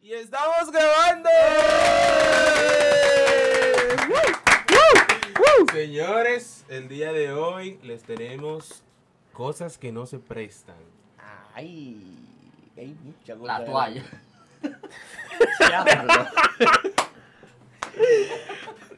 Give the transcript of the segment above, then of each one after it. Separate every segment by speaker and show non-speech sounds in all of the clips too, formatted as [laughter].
Speaker 1: Y estamos grabando. Señores, el día de hoy les tenemos cosas que no se prestan.
Speaker 2: Ay, hay mucha cosa.
Speaker 3: La toalla.
Speaker 2: Diablo.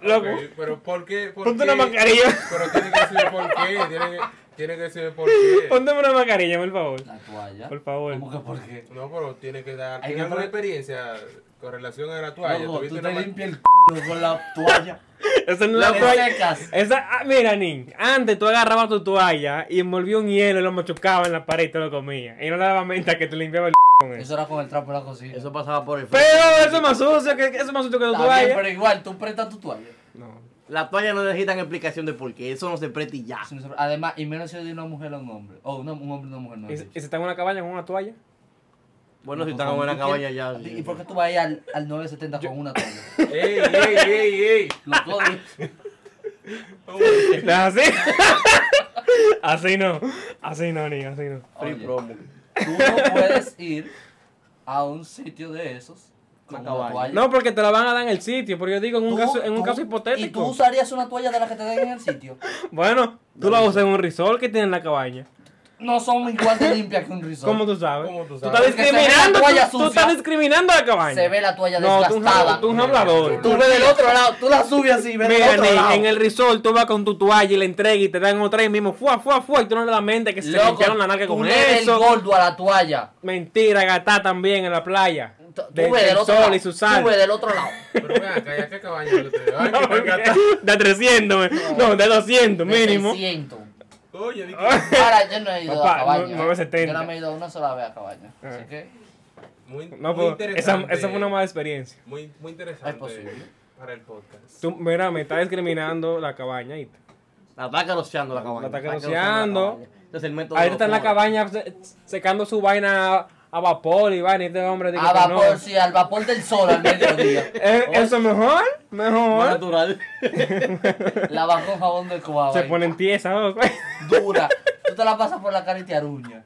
Speaker 4: Loco.
Speaker 1: Ok, pero ¿por qué? ¿Por
Speaker 4: Ponte
Speaker 1: qué?
Speaker 4: una mascarilla.
Speaker 1: Pero tiene que decirme por qué. Tiene que, tiene que decirme por qué.
Speaker 4: Ponte una mascarilla, por favor.
Speaker 3: La toalla.
Speaker 4: Por favor.
Speaker 3: ¿Cómo que por qué?
Speaker 1: No, pero tiene que dar.
Speaker 3: Hay
Speaker 1: ¿Tiene
Speaker 3: que
Speaker 1: alguna
Speaker 3: poner-
Speaker 1: experiencia con relación a la toalla?
Speaker 3: Loco,
Speaker 1: ¿Tuviste
Speaker 3: tú
Speaker 1: una
Speaker 3: te
Speaker 1: ma-
Speaker 3: limpias el culo [laughs] con la toalla.
Speaker 4: Esa no es
Speaker 3: La
Speaker 4: la toalla.
Speaker 3: secas.
Speaker 4: Esa, ah, mira, Nin, antes tú agarrabas tu toalla y envolvías un hielo y lo machucabas en la pared y te lo comías. Y no le dabas menta que te limpiaba el con eso.
Speaker 3: Eso era con el trapo de la cocina.
Speaker 2: Eso pasaba por el
Speaker 4: Pero eso es más sucio que, eso es más sucio que tu
Speaker 3: Está bien,
Speaker 4: toalla.
Speaker 3: pero igual, tú prestas tu toalla.
Speaker 4: No.
Speaker 2: La toalla no necesitan explicación de por qué. Eso no se presta y ya.
Speaker 3: Eso no se- Además, y menos si es de una mujer a un hombre. O una- un hombre a una mujer. No
Speaker 4: ¿Y, si- y si está en una cabaña con una toalla?
Speaker 2: Bueno, si están en una cabaña ya. sí.
Speaker 3: ¿Y por qué tú vas a ir al, al 970 con
Speaker 4: [laughs]
Speaker 3: una toalla?
Speaker 1: ¡Ey, ey, ey, ey!
Speaker 3: Los dos.
Speaker 4: ¿Es
Speaker 3: [laughs]
Speaker 4: así? así no. Así no, Nin, así no.
Speaker 2: Free
Speaker 3: Oye,
Speaker 2: promo.
Speaker 3: Tú no puedes ir a un sitio de esos con
Speaker 2: Una
Speaker 3: una
Speaker 2: cabaña.
Speaker 3: toalla.
Speaker 4: No, porque te la van a dar en el sitio, porque yo digo en un
Speaker 3: Tú-
Speaker 4: caso, en un
Speaker 3: tú-
Speaker 4: caso
Speaker 3: ¿Y tú
Speaker 4: hipotético.
Speaker 3: usarías una toalla de la que te den en el sitio?
Speaker 4: Bueno, tú la usas en un risol que tiene en la cabaña.
Speaker 3: No son igual de limpias que un risol.
Speaker 4: ¿Cómo tú sabes?
Speaker 1: ¿Cómo tú
Speaker 4: estás
Speaker 1: sabes?
Speaker 3: Porque se ve la
Speaker 4: discriminando, tú,
Speaker 3: toalla
Speaker 4: tú
Speaker 3: sucia.
Speaker 4: estás discriminando a la cabaña.
Speaker 3: Se ve la toalla
Speaker 4: No, tú un
Speaker 3: desgastada.
Speaker 4: jabla- tú un hablador.
Speaker 3: Tú
Speaker 2: Tú
Speaker 3: ves
Speaker 2: ves del otro lado, tú la subes así, ves del
Speaker 4: Mira,
Speaker 2: otro lado.
Speaker 4: Ney, en el resort tú vas con tu toalla y la entregas y te dan otra y mismo fuá, fuá, fuá y tú no le das mente que este se
Speaker 3: Loco,
Speaker 4: limpiaron la nalga
Speaker 3: tú
Speaker 4: con
Speaker 3: le ves el
Speaker 4: eso.
Speaker 3: gordo a la toalla.
Speaker 4: Mentira, gata también en la playa.
Speaker 3: Tú tú
Speaker 4: De-
Speaker 3: ves del
Speaker 4: del
Speaker 3: otro
Speaker 4: sol
Speaker 3: lado.
Speaker 4: y su sal. [laughs]
Speaker 3: Tú ves del otro lado.
Speaker 1: Pero vean, acá, ¿y a qué cabaña lo te Ay, qué percata-
Speaker 4: De 300, me- no, de 200 mínimo.
Speaker 3: Me siento.
Speaker 1: Oye, di que-
Speaker 3: Ahora, yo no he ido
Speaker 4: Papá,
Speaker 3: a cabaña.
Speaker 4: no- no me
Speaker 3: ¿eh?
Speaker 4: setenta. Ah.
Speaker 3: Yo no me he ido una sola vez a cabaña. Así que,
Speaker 1: Muy,
Speaker 4: No,
Speaker 1: muy
Speaker 4: pues, esa,
Speaker 1: interesante.
Speaker 4: esa fue una mala experiencia.
Speaker 1: Muy, muy
Speaker 3: Ah, Es
Speaker 1: interesante
Speaker 3: posible.
Speaker 1: para el podcast.
Speaker 4: Tú, mira, me estás discriminando la cabaña. ¿viste?
Speaker 2: La está caroseando la cabaña.
Speaker 4: La está
Speaker 2: caroseando
Speaker 4: caroseando.
Speaker 2: la cabaña. Este es el método.
Speaker 4: Ahorita está en la
Speaker 2: locura.
Speaker 4: cabaña se- secando su vaina a, a vapor y vaina. y Este hombre dice
Speaker 3: a
Speaker 4: que no.
Speaker 3: vapor, sí, al vapor del sol al mediodía.
Speaker 4: [laughs] Eh, ¿Eso es mejor?
Speaker 2: Más
Speaker 4: Mejor.
Speaker 2: natural. [laughs]
Speaker 3: La vas con jabón de cobaba.
Speaker 4: Se ponen tiesas. ¿no?
Speaker 3: dura. Tú te la pasas por la cara y te aruña.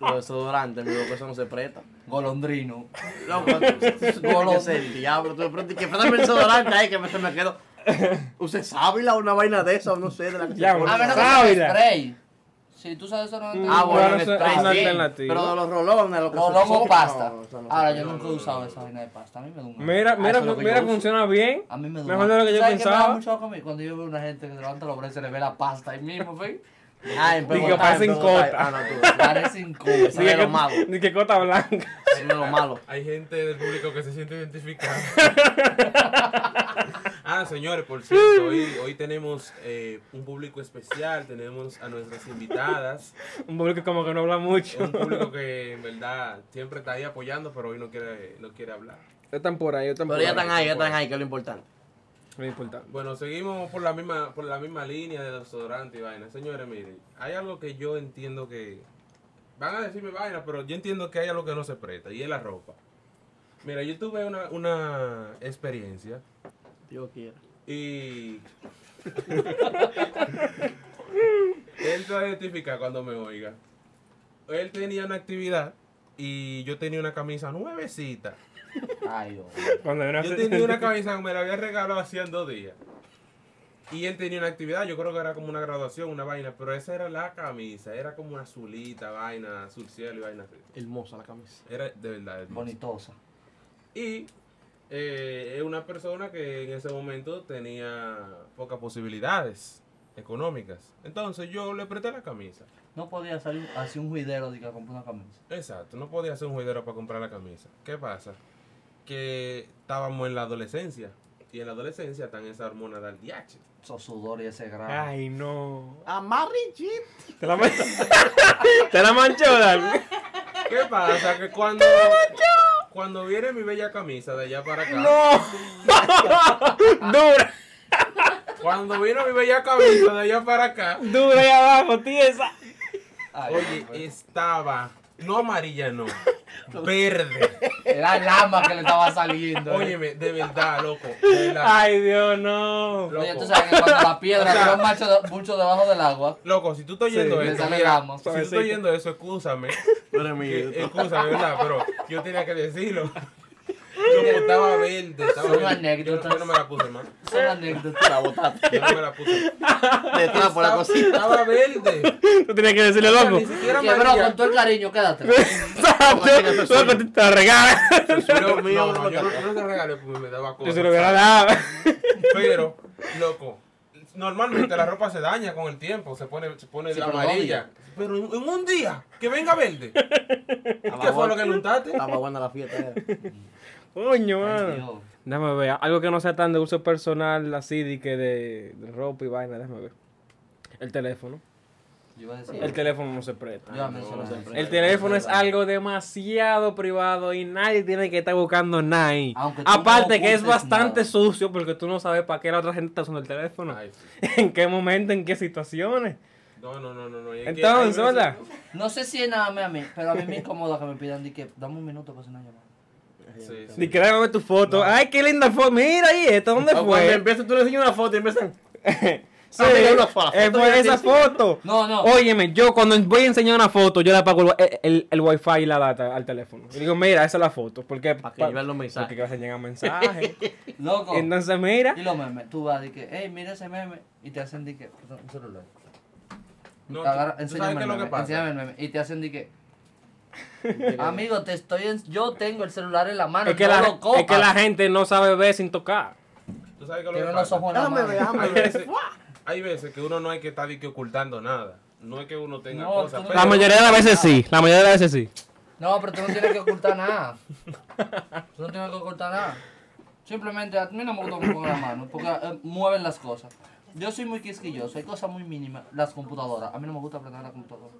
Speaker 2: Los desodorantes, mi loco, eso no se presta.
Speaker 3: Golondrino.
Speaker 2: Loco, tú no sé el diablo. Tú de pronto, y que préstame el desodorante ahí, que me, se me quedo.
Speaker 4: [laughs]
Speaker 2: ¿Usted sabe la una vaina de esa o no sé? De la que se
Speaker 4: Ya,
Speaker 2: pone?
Speaker 3: A menos que
Speaker 4: Sábila.
Speaker 3: sea spray. Si tú sabes eso, no te-
Speaker 2: Ah, bueno,
Speaker 4: Bueno, eso
Speaker 2: está
Speaker 4: es una
Speaker 2: bien.
Speaker 4: alternativa.
Speaker 2: Pero de los rolones, lo que
Speaker 3: Rolón
Speaker 2: se-
Speaker 3: o pasta.
Speaker 2: No, eso no se
Speaker 3: Ahora,
Speaker 2: puede.
Speaker 3: yo nunca he usado esa vaina de pasta. A mí me da un
Speaker 4: [laughs]
Speaker 3: asco.
Speaker 4: Mira,
Speaker 2: eso
Speaker 4: mira,
Speaker 2: es lo que yo
Speaker 4: mira,
Speaker 2: uso.
Speaker 4: funciona bien.
Speaker 3: A mí me da un
Speaker 4: Mejor de lo
Speaker 3: asco.
Speaker 4: que yo
Speaker 3: ¿Sabes qué me da
Speaker 4: pensaba.
Speaker 3: mucho asco a mí? Cuando yo veo una gente que se levanta los brazos y se le ve la pasta ahí mismo, ¿ves?
Speaker 2: Ay, pero
Speaker 4: Ni que pasen
Speaker 2: botá-
Speaker 4: cota.
Speaker 2: Ah, no, tú.
Speaker 3: Parece
Speaker 2: [laughs]
Speaker 3: incómodo.
Speaker 2: Eso es lo malo.
Speaker 4: Ni que cota blanca. [laughs]
Speaker 2: Eso es lo malo.
Speaker 1: Hay gente del público que se siente identificada. ah, señores, por cierto, hoy, hoy tenemos eh, un público especial, tenemos a nuestras invitadas,
Speaker 4: Un público como que no habla mucho.
Speaker 1: un público que en verdad siempre está ahí apoyando, pero hoy no quiere, no quiere hablar.
Speaker 4: Están por ahí, están
Speaker 2: Pero ya están ahí, ya están ahí, que es lo importante.
Speaker 4: No importa.
Speaker 1: Bueno, seguimos por la misma, por la misma línea de desodorante y vaina. Señores, miren, hay algo que yo entiendo que. Van a decirme vaina, pero yo entiendo que hay algo que no se presta, y es la ropa. Mira, yo tuve una, una experiencia
Speaker 2: Dios quiera.
Speaker 1: y. Él se va a identificar cuando me oiga. Él tenía una actividad y yo tenía una camisa nuevecita.
Speaker 3: Ay, Dios.
Speaker 4: Cuando era
Speaker 1: Yo tenía una camisa que me la había regalado hacía dos días. Y él tenía una actividad, yo creo que era como una graduación, una vaina, pero esa era la camisa, era como una azulita, vaina, azul cielo y vaina así.
Speaker 2: Hermosa la camisa.
Speaker 1: Era de verdad. hermosa.
Speaker 3: Bonitosa.
Speaker 1: Y eh, es una persona que en ese momento tenía pocas posibilidades económicas. Entonces yo le presté la camisa.
Speaker 3: No podía salir así un juidero de que compré una camisa.
Speaker 1: Exacto, no podía hacer un juidero para comprar la camisa. ¿Qué pasa? Que estábamos en la adolescencia. Y en la adolescencia están esas hormonas del DH.
Speaker 3: Esos sudor y ese grano.
Speaker 4: [laughs] Ay, no.
Speaker 2: Ah, Amarri chip.
Speaker 4: Te la, man- [laughs] Te la manchó, Dani.
Speaker 1: ¿Qué pasa? Que cuando. Cuando viene mi bella camisa de allá para acá.
Speaker 4: No. [laughs] dura,
Speaker 1: Cuando vino mi bella camisa de allá para acá.
Speaker 4: dura ahí abajo, tiesa.
Speaker 3: Ay, pues.
Speaker 1: Oye, estaba No amarilla, no. Verde.
Speaker 3: Era lama que le estaba saliendo.
Speaker 1: Óyeme, de verdad, loco. De verdad.
Speaker 4: Ay, Dios, no.
Speaker 1: loco.
Speaker 3: Oye, tú sabes que cuando la
Speaker 1: [laughs]
Speaker 3: piedra
Speaker 1: O sea-
Speaker 3: lleva un macho de- mucho debajo del agua,
Speaker 1: Loco, si tú estás oyendo
Speaker 4: Sí,
Speaker 3: le
Speaker 1: eso,
Speaker 3: sale
Speaker 1: mira,
Speaker 3: lama.
Speaker 1: si tú estás
Speaker 4: Suavecito.
Speaker 1: oyendo eso, excúsame.
Speaker 2: Pero mi
Speaker 1: Que- Excúsame, ¿verdad? Pero yo tenía que decirlo. Yo estaba verde, estaba
Speaker 3: Son
Speaker 1: verde.
Speaker 3: anécdotas.
Speaker 1: Yo no- yo no me la puse, hermano.
Speaker 3: es una anécdota.
Speaker 2: la botaste.
Speaker 1: Yo no me la puse.
Speaker 2: Te trapo la
Speaker 1: Estaba-
Speaker 2: cosita.
Speaker 1: Estaba verde.
Speaker 4: Tú tenías que decirle loco.
Speaker 1: Ni siquiera
Speaker 3: Que bro,
Speaker 1: amarilla.
Speaker 3: con todo el cariño,
Speaker 4: [laughs]
Speaker 3: quédate.
Speaker 4: Exacto. Loco, te- te la regalas.
Speaker 1: Yo-
Speaker 2: mío,
Speaker 1: no, no,
Speaker 2: loco.
Speaker 1: yo no, yo no te regalé porque me daba
Speaker 4: Yo
Speaker 1: cosas.
Speaker 4: se lo hubiera dado.
Speaker 1: Pero, loco, normalmente la ropa se daña con el tiempo, se pone, se pone
Speaker 3: Sí, pero
Speaker 1: amarilla. Pero en, en un día, que venga verde. ¿Qué fue lo que le untaste?
Speaker 2: Estaba buena la fiesta. eh. era.
Speaker 4: [laughs] Coño,
Speaker 3: Ay,
Speaker 4: mano.
Speaker 3: Dios.
Speaker 4: Déjame ver. Algo que no sea tan de uso personal, así, de que de, de ropa y vaina. Déjame ver. El teléfono.
Speaker 3: Yo iba a decir.
Speaker 4: El teléfono no se presta.
Speaker 3: Yo a mencionar eso.
Speaker 4: El teléfono es algo demasiado privado y nadie tiene que estar buscando nada ahí.
Speaker 3: Aunque tú
Speaker 4: Aparte
Speaker 3: no
Speaker 4: que es
Speaker 3: ocultes
Speaker 4: bastante
Speaker 3: nada.
Speaker 4: sucio porque tú no sabes para qué la otra gente está usando el teléfono.
Speaker 1: Ay, sí.
Speaker 4: [laughs] En qué momento, en qué situaciones.
Speaker 1: No, no, no, no. no. y es que
Speaker 4: Entonces,
Speaker 1: hay veces-
Speaker 4: hola.
Speaker 3: No sé si es nada más a mí, pero a mí me incomoda que me pidan de que dame un minuto para hacer una llamada.
Speaker 1: Sí, sí.
Speaker 4: Ni que déjame ver tu foto. Ay, qué linda foto. Mira ahí, ¿esto dónde
Speaker 2: O cuando
Speaker 4: fue?
Speaker 2: empiezas, tú le enseñas una foto y empiezan.
Speaker 4: Sí,
Speaker 2: Ah, mira, una foto.
Speaker 4: es por
Speaker 2: Sí,
Speaker 4: esa
Speaker 2: sí.
Speaker 4: foto.
Speaker 3: No, no.
Speaker 1: Oh,
Speaker 4: Óyeme, yo cuando voy a enseñar una foto, yo le apago el, el, el wifi y la data al teléfono. Y digo, mira, esa es la foto. Porque
Speaker 2: Para que vean los mensajes.
Speaker 4: Porque vas a llegar mensajes.
Speaker 3: Loco.
Speaker 4: Entonces, mira.
Speaker 3: Y los memes, tú vas de que, hey, mira ese meme, y te hacen de que, perdón, un celular.
Speaker 1: No,
Speaker 3: Te agarra-
Speaker 1: tú- tú
Speaker 3: enséñame
Speaker 1: sabes qué es
Speaker 3: el
Speaker 1: lo que
Speaker 3: meme,
Speaker 1: pasa.
Speaker 3: enséñame el meme, y te hacen
Speaker 1: [laughs]
Speaker 3: de que, amigo, te estoy en- yo tengo el celular en la mano,
Speaker 4: Es que,
Speaker 3: no
Speaker 4: la,
Speaker 3: lo cojas.
Speaker 4: es que la gente no sabe ver sin tocar.
Speaker 1: Tú sabes qué es lo
Speaker 3: Tiene
Speaker 1: que
Speaker 3: los
Speaker 1: pasa.
Speaker 3: ojos en la
Speaker 2: Déjame
Speaker 3: mano.
Speaker 2: ver, déjame
Speaker 1: Hay
Speaker 2: ver.
Speaker 1: veces, hay veces que uno no hay que estar de que ocultando nada. No es que uno tenga
Speaker 3: No,
Speaker 1: cosas.
Speaker 3: tú no-
Speaker 1: pero-
Speaker 4: La mayoría de las veces sí. La mayoría de las veces sí.
Speaker 3: No, pero tú no tienes que ocultar nada. Tú no tienes que ocultar nada. Simplemente a mí no me gusta que me pongan la mano porque eh, mueven las cosas. Yo soy muy quisquilloso, hay cosas muy mínimas. Las computadoras, a mí no me gusta aprender la computadora.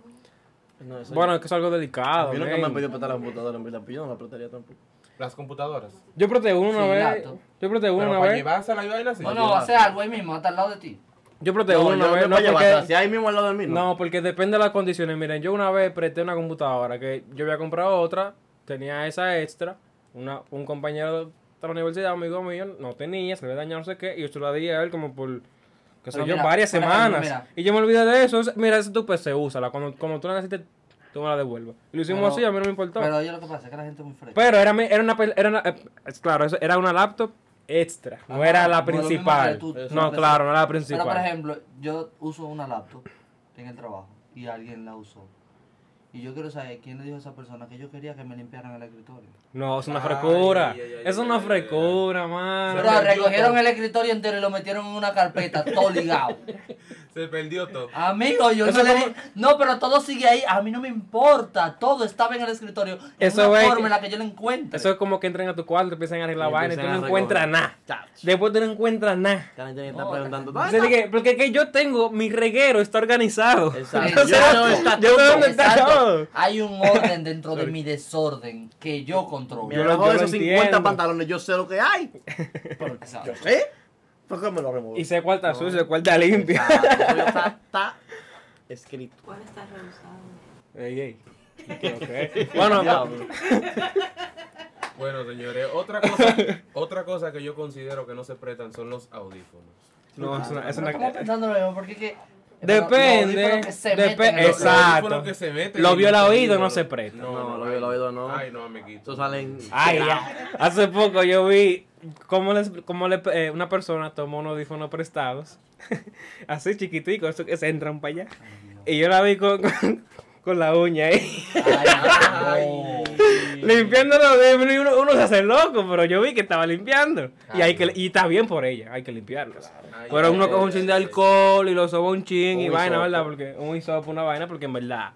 Speaker 2: No, eso-
Speaker 4: Bueno, es que es algo delicado.
Speaker 2: Yo nunca
Speaker 4: men.
Speaker 2: me han pedido prestar la computadora en verdad, pero yo no la prestaría tampoco.
Speaker 1: Las computadoras.
Speaker 4: Yo proteí una
Speaker 3: Sí,
Speaker 4: vez.
Speaker 3: gato.
Speaker 4: Yo proteí
Speaker 1: Pero
Speaker 4: una
Speaker 1: para
Speaker 4: vez.
Speaker 1: llevarse la vaina, sí.
Speaker 3: No, no, hace algo ahí mismo, hasta al lado de ti.
Speaker 4: Yo proteí una
Speaker 2: yo
Speaker 4: vez.
Speaker 2: me
Speaker 4: No
Speaker 2: voy a llevar,
Speaker 4: porque,
Speaker 2: si ahí mismo al lado de mí.
Speaker 4: no, porque depende de las condiciones. Miren, yo una vez presté una computadora que yo había comprado otra. Tenía esa extra. Una, un compañero de la universidad, amigo mío, no tenía, se le dañó no sé qué. Y yo se la di a él como por. Que sé
Speaker 3: Pero
Speaker 4: yo,
Speaker 3: mira,
Speaker 4: varias
Speaker 3: por ejemplo,
Speaker 4: semanas.
Speaker 3: mira.
Speaker 4: Y yo me olvidé de eso. Mira, ese tu PC, úsala. Cuando, cuando tú la necesites, tú me la devuelves. Y lo hicimos
Speaker 3: Pero-
Speaker 4: así, a mí no me importó.
Speaker 3: Pero oye lo que pasa, es que la gente es muy fresca.
Speaker 4: Pero era, mi- era una, pel- era una- eh, es claro, eso- era una laptop extra, no
Speaker 3: Ajá,
Speaker 4: era
Speaker 3: no
Speaker 4: la
Speaker 3: es lo mismo que
Speaker 4: principal.
Speaker 3: tú- tú
Speaker 4: no,
Speaker 3: empezar.
Speaker 4: claro, no era la
Speaker 3: Pero por
Speaker 4: principal.
Speaker 3: ejemplo, yo uso una laptop en el trabajo y alguien la usó. Y yo quiero saber quién le dijo a esa persona que yo quería que me limpiaran el escritorio.
Speaker 4: No, es una
Speaker 1: Ay,
Speaker 4: frecura.
Speaker 1: ay, ay,
Speaker 4: Es
Speaker 1: ay,
Speaker 4: una
Speaker 1: ay,
Speaker 4: frecura, mano.
Speaker 3: Pero
Speaker 1: perdió
Speaker 3: recogieron
Speaker 1: todo.
Speaker 3: el escritorio entero y lo metieron en una carpeta, todo ligado.
Speaker 1: Se perdió todo.
Speaker 3: Amigo, yo
Speaker 4: Eso
Speaker 3: no le
Speaker 4: como-
Speaker 3: di- No, pero todo sigue ahí. A mí no me importa. Todo estaba en el escritorio. En
Speaker 4: Eso
Speaker 3: una
Speaker 4: es-
Speaker 3: forma en la que yo lo encuentro.
Speaker 4: Eso es como que entran a tu cuarto, empiezan a arreglar
Speaker 2: Y
Speaker 4: vaina y tú
Speaker 2: empiezan
Speaker 4: no
Speaker 2: a
Speaker 4: encuentras
Speaker 2: recoger.
Speaker 4: nada.
Speaker 2: Chao.
Speaker 4: Después tú no encuentras nada.
Speaker 2: Cada gente está
Speaker 3: No,
Speaker 2: preguntando.
Speaker 4: O
Speaker 2: ¿dónde
Speaker 4: sea,
Speaker 2: está?
Speaker 4: que- Porque es que yo tengo, mi reguero está organizado. [laughs]
Speaker 2: Exacto.
Speaker 4: Yo sé-
Speaker 2: Ya no está
Speaker 4: yo sé
Speaker 2: todo.
Speaker 4: dónde está
Speaker 3: Exacto.
Speaker 4: todo. [laughs]
Speaker 3: Hay un orden dentro de mi desorden que yo controlo.
Speaker 4: Yo
Speaker 2: Mira,
Speaker 4: lo-
Speaker 2: debajo de
Speaker 4: yo lo
Speaker 2: esos 50
Speaker 4: entiendo.
Speaker 2: pantalones, yo sé lo que hay.
Speaker 3: Exacto.
Speaker 2: Yo sé. ¿Por qué me lo remuevo?
Speaker 4: Y sé cuál está sucio, cuál está limpio.
Speaker 2: Ah, eso ya está, está escrito.
Speaker 5: ¿Cuál está rehusado?
Speaker 4: Ey, ey. Ok. [laughs] Bueno, ah.
Speaker 2: Diablo.
Speaker 1: Bueno, señores, otra cosa,
Speaker 4: [laughs]
Speaker 1: otra cosa que yo considero que no se prestan son los audífonos.
Speaker 4: no, es una- es
Speaker 3: Pero
Speaker 4: una-
Speaker 3: estamos pensando lo mismo, porque es que-
Speaker 4: Depende,
Speaker 3: Los audífonos que se
Speaker 4: depe-
Speaker 3: meten en los-
Speaker 4: exacto.
Speaker 1: Los audífonos que se meten
Speaker 4: Lo
Speaker 1: en el
Speaker 4: viola oído
Speaker 1: oído,
Speaker 4: no se presta.
Speaker 2: No, lo viola
Speaker 1: ay,
Speaker 2: oído no.
Speaker 1: Ay, no, amiguito.
Speaker 2: Eso salen.
Speaker 4: Ay, ya. Hace poco yo vi cómo, les, cómo le, eh, una persona tomó unos audífonos prestados, [laughs] así chiquitico, eso que se entran para allá. Y yo la vi con, con, con la uña ahí,
Speaker 3: Ay, no.
Speaker 4: [laughs] limpiando los audífonos y uno, uno se hace loco, pero yo vi que estaba limpiando. Y, hay que, y está bien por ella, hay que limpiarlos.
Speaker 1: Ay,
Speaker 4: Pero
Speaker 1: ay,
Speaker 4: uno
Speaker 1: ay,
Speaker 4: coge un
Speaker 1: ay,
Speaker 4: chin de
Speaker 1: ay.
Speaker 4: alcohol y lo soba un chin y
Speaker 2: Un
Speaker 4: vaina,
Speaker 2: hisopo.
Speaker 4: ¿verdad? Porque un hisopo, una vaina, porque en verdad...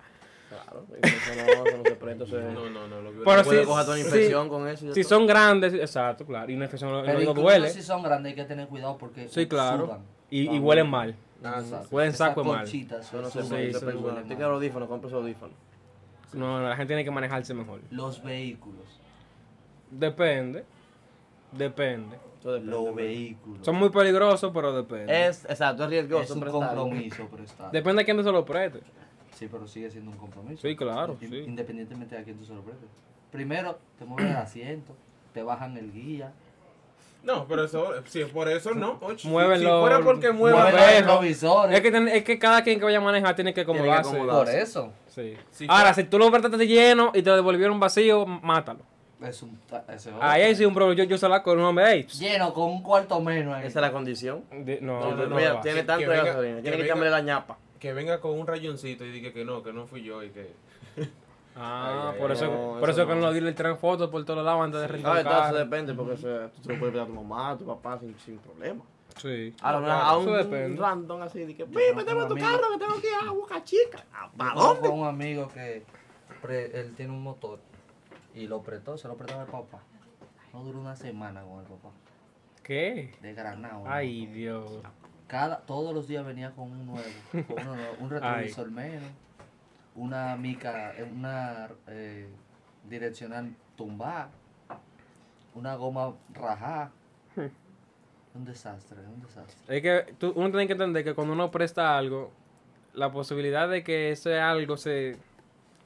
Speaker 2: Claro, eso no, eso no se presta. Eso es-
Speaker 1: No, no, no. Lo viola
Speaker 4: Pero
Speaker 2: Puede
Speaker 4: sí,
Speaker 2: coger toda una
Speaker 4: sí.
Speaker 2: infección con eso. y ya
Speaker 4: Si
Speaker 2: está.
Speaker 4: son grandes, exacto, claro, y una infección no,
Speaker 3: Pero
Speaker 4: no
Speaker 3: incluso
Speaker 4: duele.
Speaker 3: si son grandes hay que tener cuidado porque
Speaker 4: Sí, claro.
Speaker 3: sudan.
Speaker 4: Y, y huelen mal.
Speaker 1: Ah, sí, sí.
Speaker 4: Huelen
Speaker 3: Esas
Speaker 4: saco mal.
Speaker 3: conchitas,
Speaker 2: Eso no se
Speaker 3: sudan,
Speaker 2: puede.
Speaker 4: sí,
Speaker 2: eso
Speaker 3: sudan,
Speaker 2: es
Speaker 3: huelen
Speaker 2: bueno.
Speaker 3: mal.
Speaker 2: Tú quieres audífono, compra esos audífonos.
Speaker 4: No, no, la gente tiene que manejarse mejor.
Speaker 3: Los vehículos.
Speaker 4: Depende. Depende.
Speaker 2: Eso depende.
Speaker 3: Los vehículos.
Speaker 4: Son muy peligrosos, pero depende.
Speaker 2: Es, exacto, es riesgoso.
Speaker 3: es un
Speaker 2: prestarlo.
Speaker 3: compromiso prestar.
Speaker 4: Depende de quién se lo preste.
Speaker 3: Sí, pero sigue siendo un compromiso.
Speaker 4: Sí, claro,
Speaker 3: In-
Speaker 4: sí.
Speaker 3: Independientemente de a quién tú se lo prestes. Primero, te mueven el asiento, te bajan el guía.
Speaker 1: No, pero eso, si es por eso no. ocho, si-
Speaker 4: Muévelo.
Speaker 1: Si fuera porque mueve.
Speaker 3: Mueve
Speaker 4: perro.
Speaker 3: los retrovisores.
Speaker 4: Es que, ten- es que cada quien que vaya a manejar tiene que acomodarse.
Speaker 2: acomodarse.
Speaker 3: Por eso.
Speaker 4: Sí.
Speaker 1: Sí,
Speaker 4: Ahora,
Speaker 1: claro.
Speaker 4: si tú lo prestaste lleno y te lo devolvieron vacío, mátalo.
Speaker 3: Es un, ta- ese otro.
Speaker 4: Ahí hay sí un problema. Yo, yo se la con un hombre. "Ey, pss,
Speaker 3: Lleno con un cuarto menos ahí.
Speaker 2: Esa es la condición.
Speaker 4: de- no,
Speaker 2: No,
Speaker 4: no, no,
Speaker 2: mira,
Speaker 4: va".
Speaker 2: tiene
Speaker 1: Que-
Speaker 2: tanto
Speaker 1: que
Speaker 2: de
Speaker 1: venga-
Speaker 2: gasolina.
Speaker 1: que
Speaker 2: Tiene que
Speaker 1: venga-
Speaker 2: cambiarle la ñapa.
Speaker 1: Que venga con un rayoncito y diga que no, que no fui yo y que.
Speaker 4: Ah,
Speaker 1: Ay, ay,
Speaker 4: por
Speaker 1: ay,
Speaker 4: eso,
Speaker 2: no,
Speaker 4: por
Speaker 2: eso
Speaker 4: eso que
Speaker 2: no.
Speaker 4: no lo dile el tren fotos por todos lados antes de rentar
Speaker 2: Ah,
Speaker 4: el
Speaker 2: entonces
Speaker 4: carro.
Speaker 2: depende, porque eso, tú se lo puedes pedir a tu mamá, a tu papá sin, sin problema.
Speaker 4: Sí.
Speaker 2: Ahora, una-
Speaker 4: Claro,
Speaker 2: a un,
Speaker 4: eso depende.
Speaker 2: random así, de que, "Ven,
Speaker 3: conozco
Speaker 2: meteme
Speaker 3: un
Speaker 2: tu
Speaker 3: amigo.
Speaker 2: carro que tengo que ir a Boca Chica. ¿A ¿Para
Speaker 3: Yo
Speaker 2: dónde?
Speaker 3: conozco un amigo que pre- él tiene un motor y lo prestó, se lo prestó al papá. No duró una semana con el papá.
Speaker 4: ¿Qué?
Speaker 3: De Granado.
Speaker 4: Ay, Dios.
Speaker 3: Cada, todos los días venía con un nuevo, con uno nuevo,
Speaker 4: [laughs]
Speaker 3: un retrovisor menos, una mica, eh, una eh, direccional tumbada, una goma rajada.
Speaker 4: [laughs]
Speaker 3: Un desastre, un desastre.
Speaker 4: Es que tú- uno tiene que entender que cuando uno presta algo, la posibilidad de que ese algo se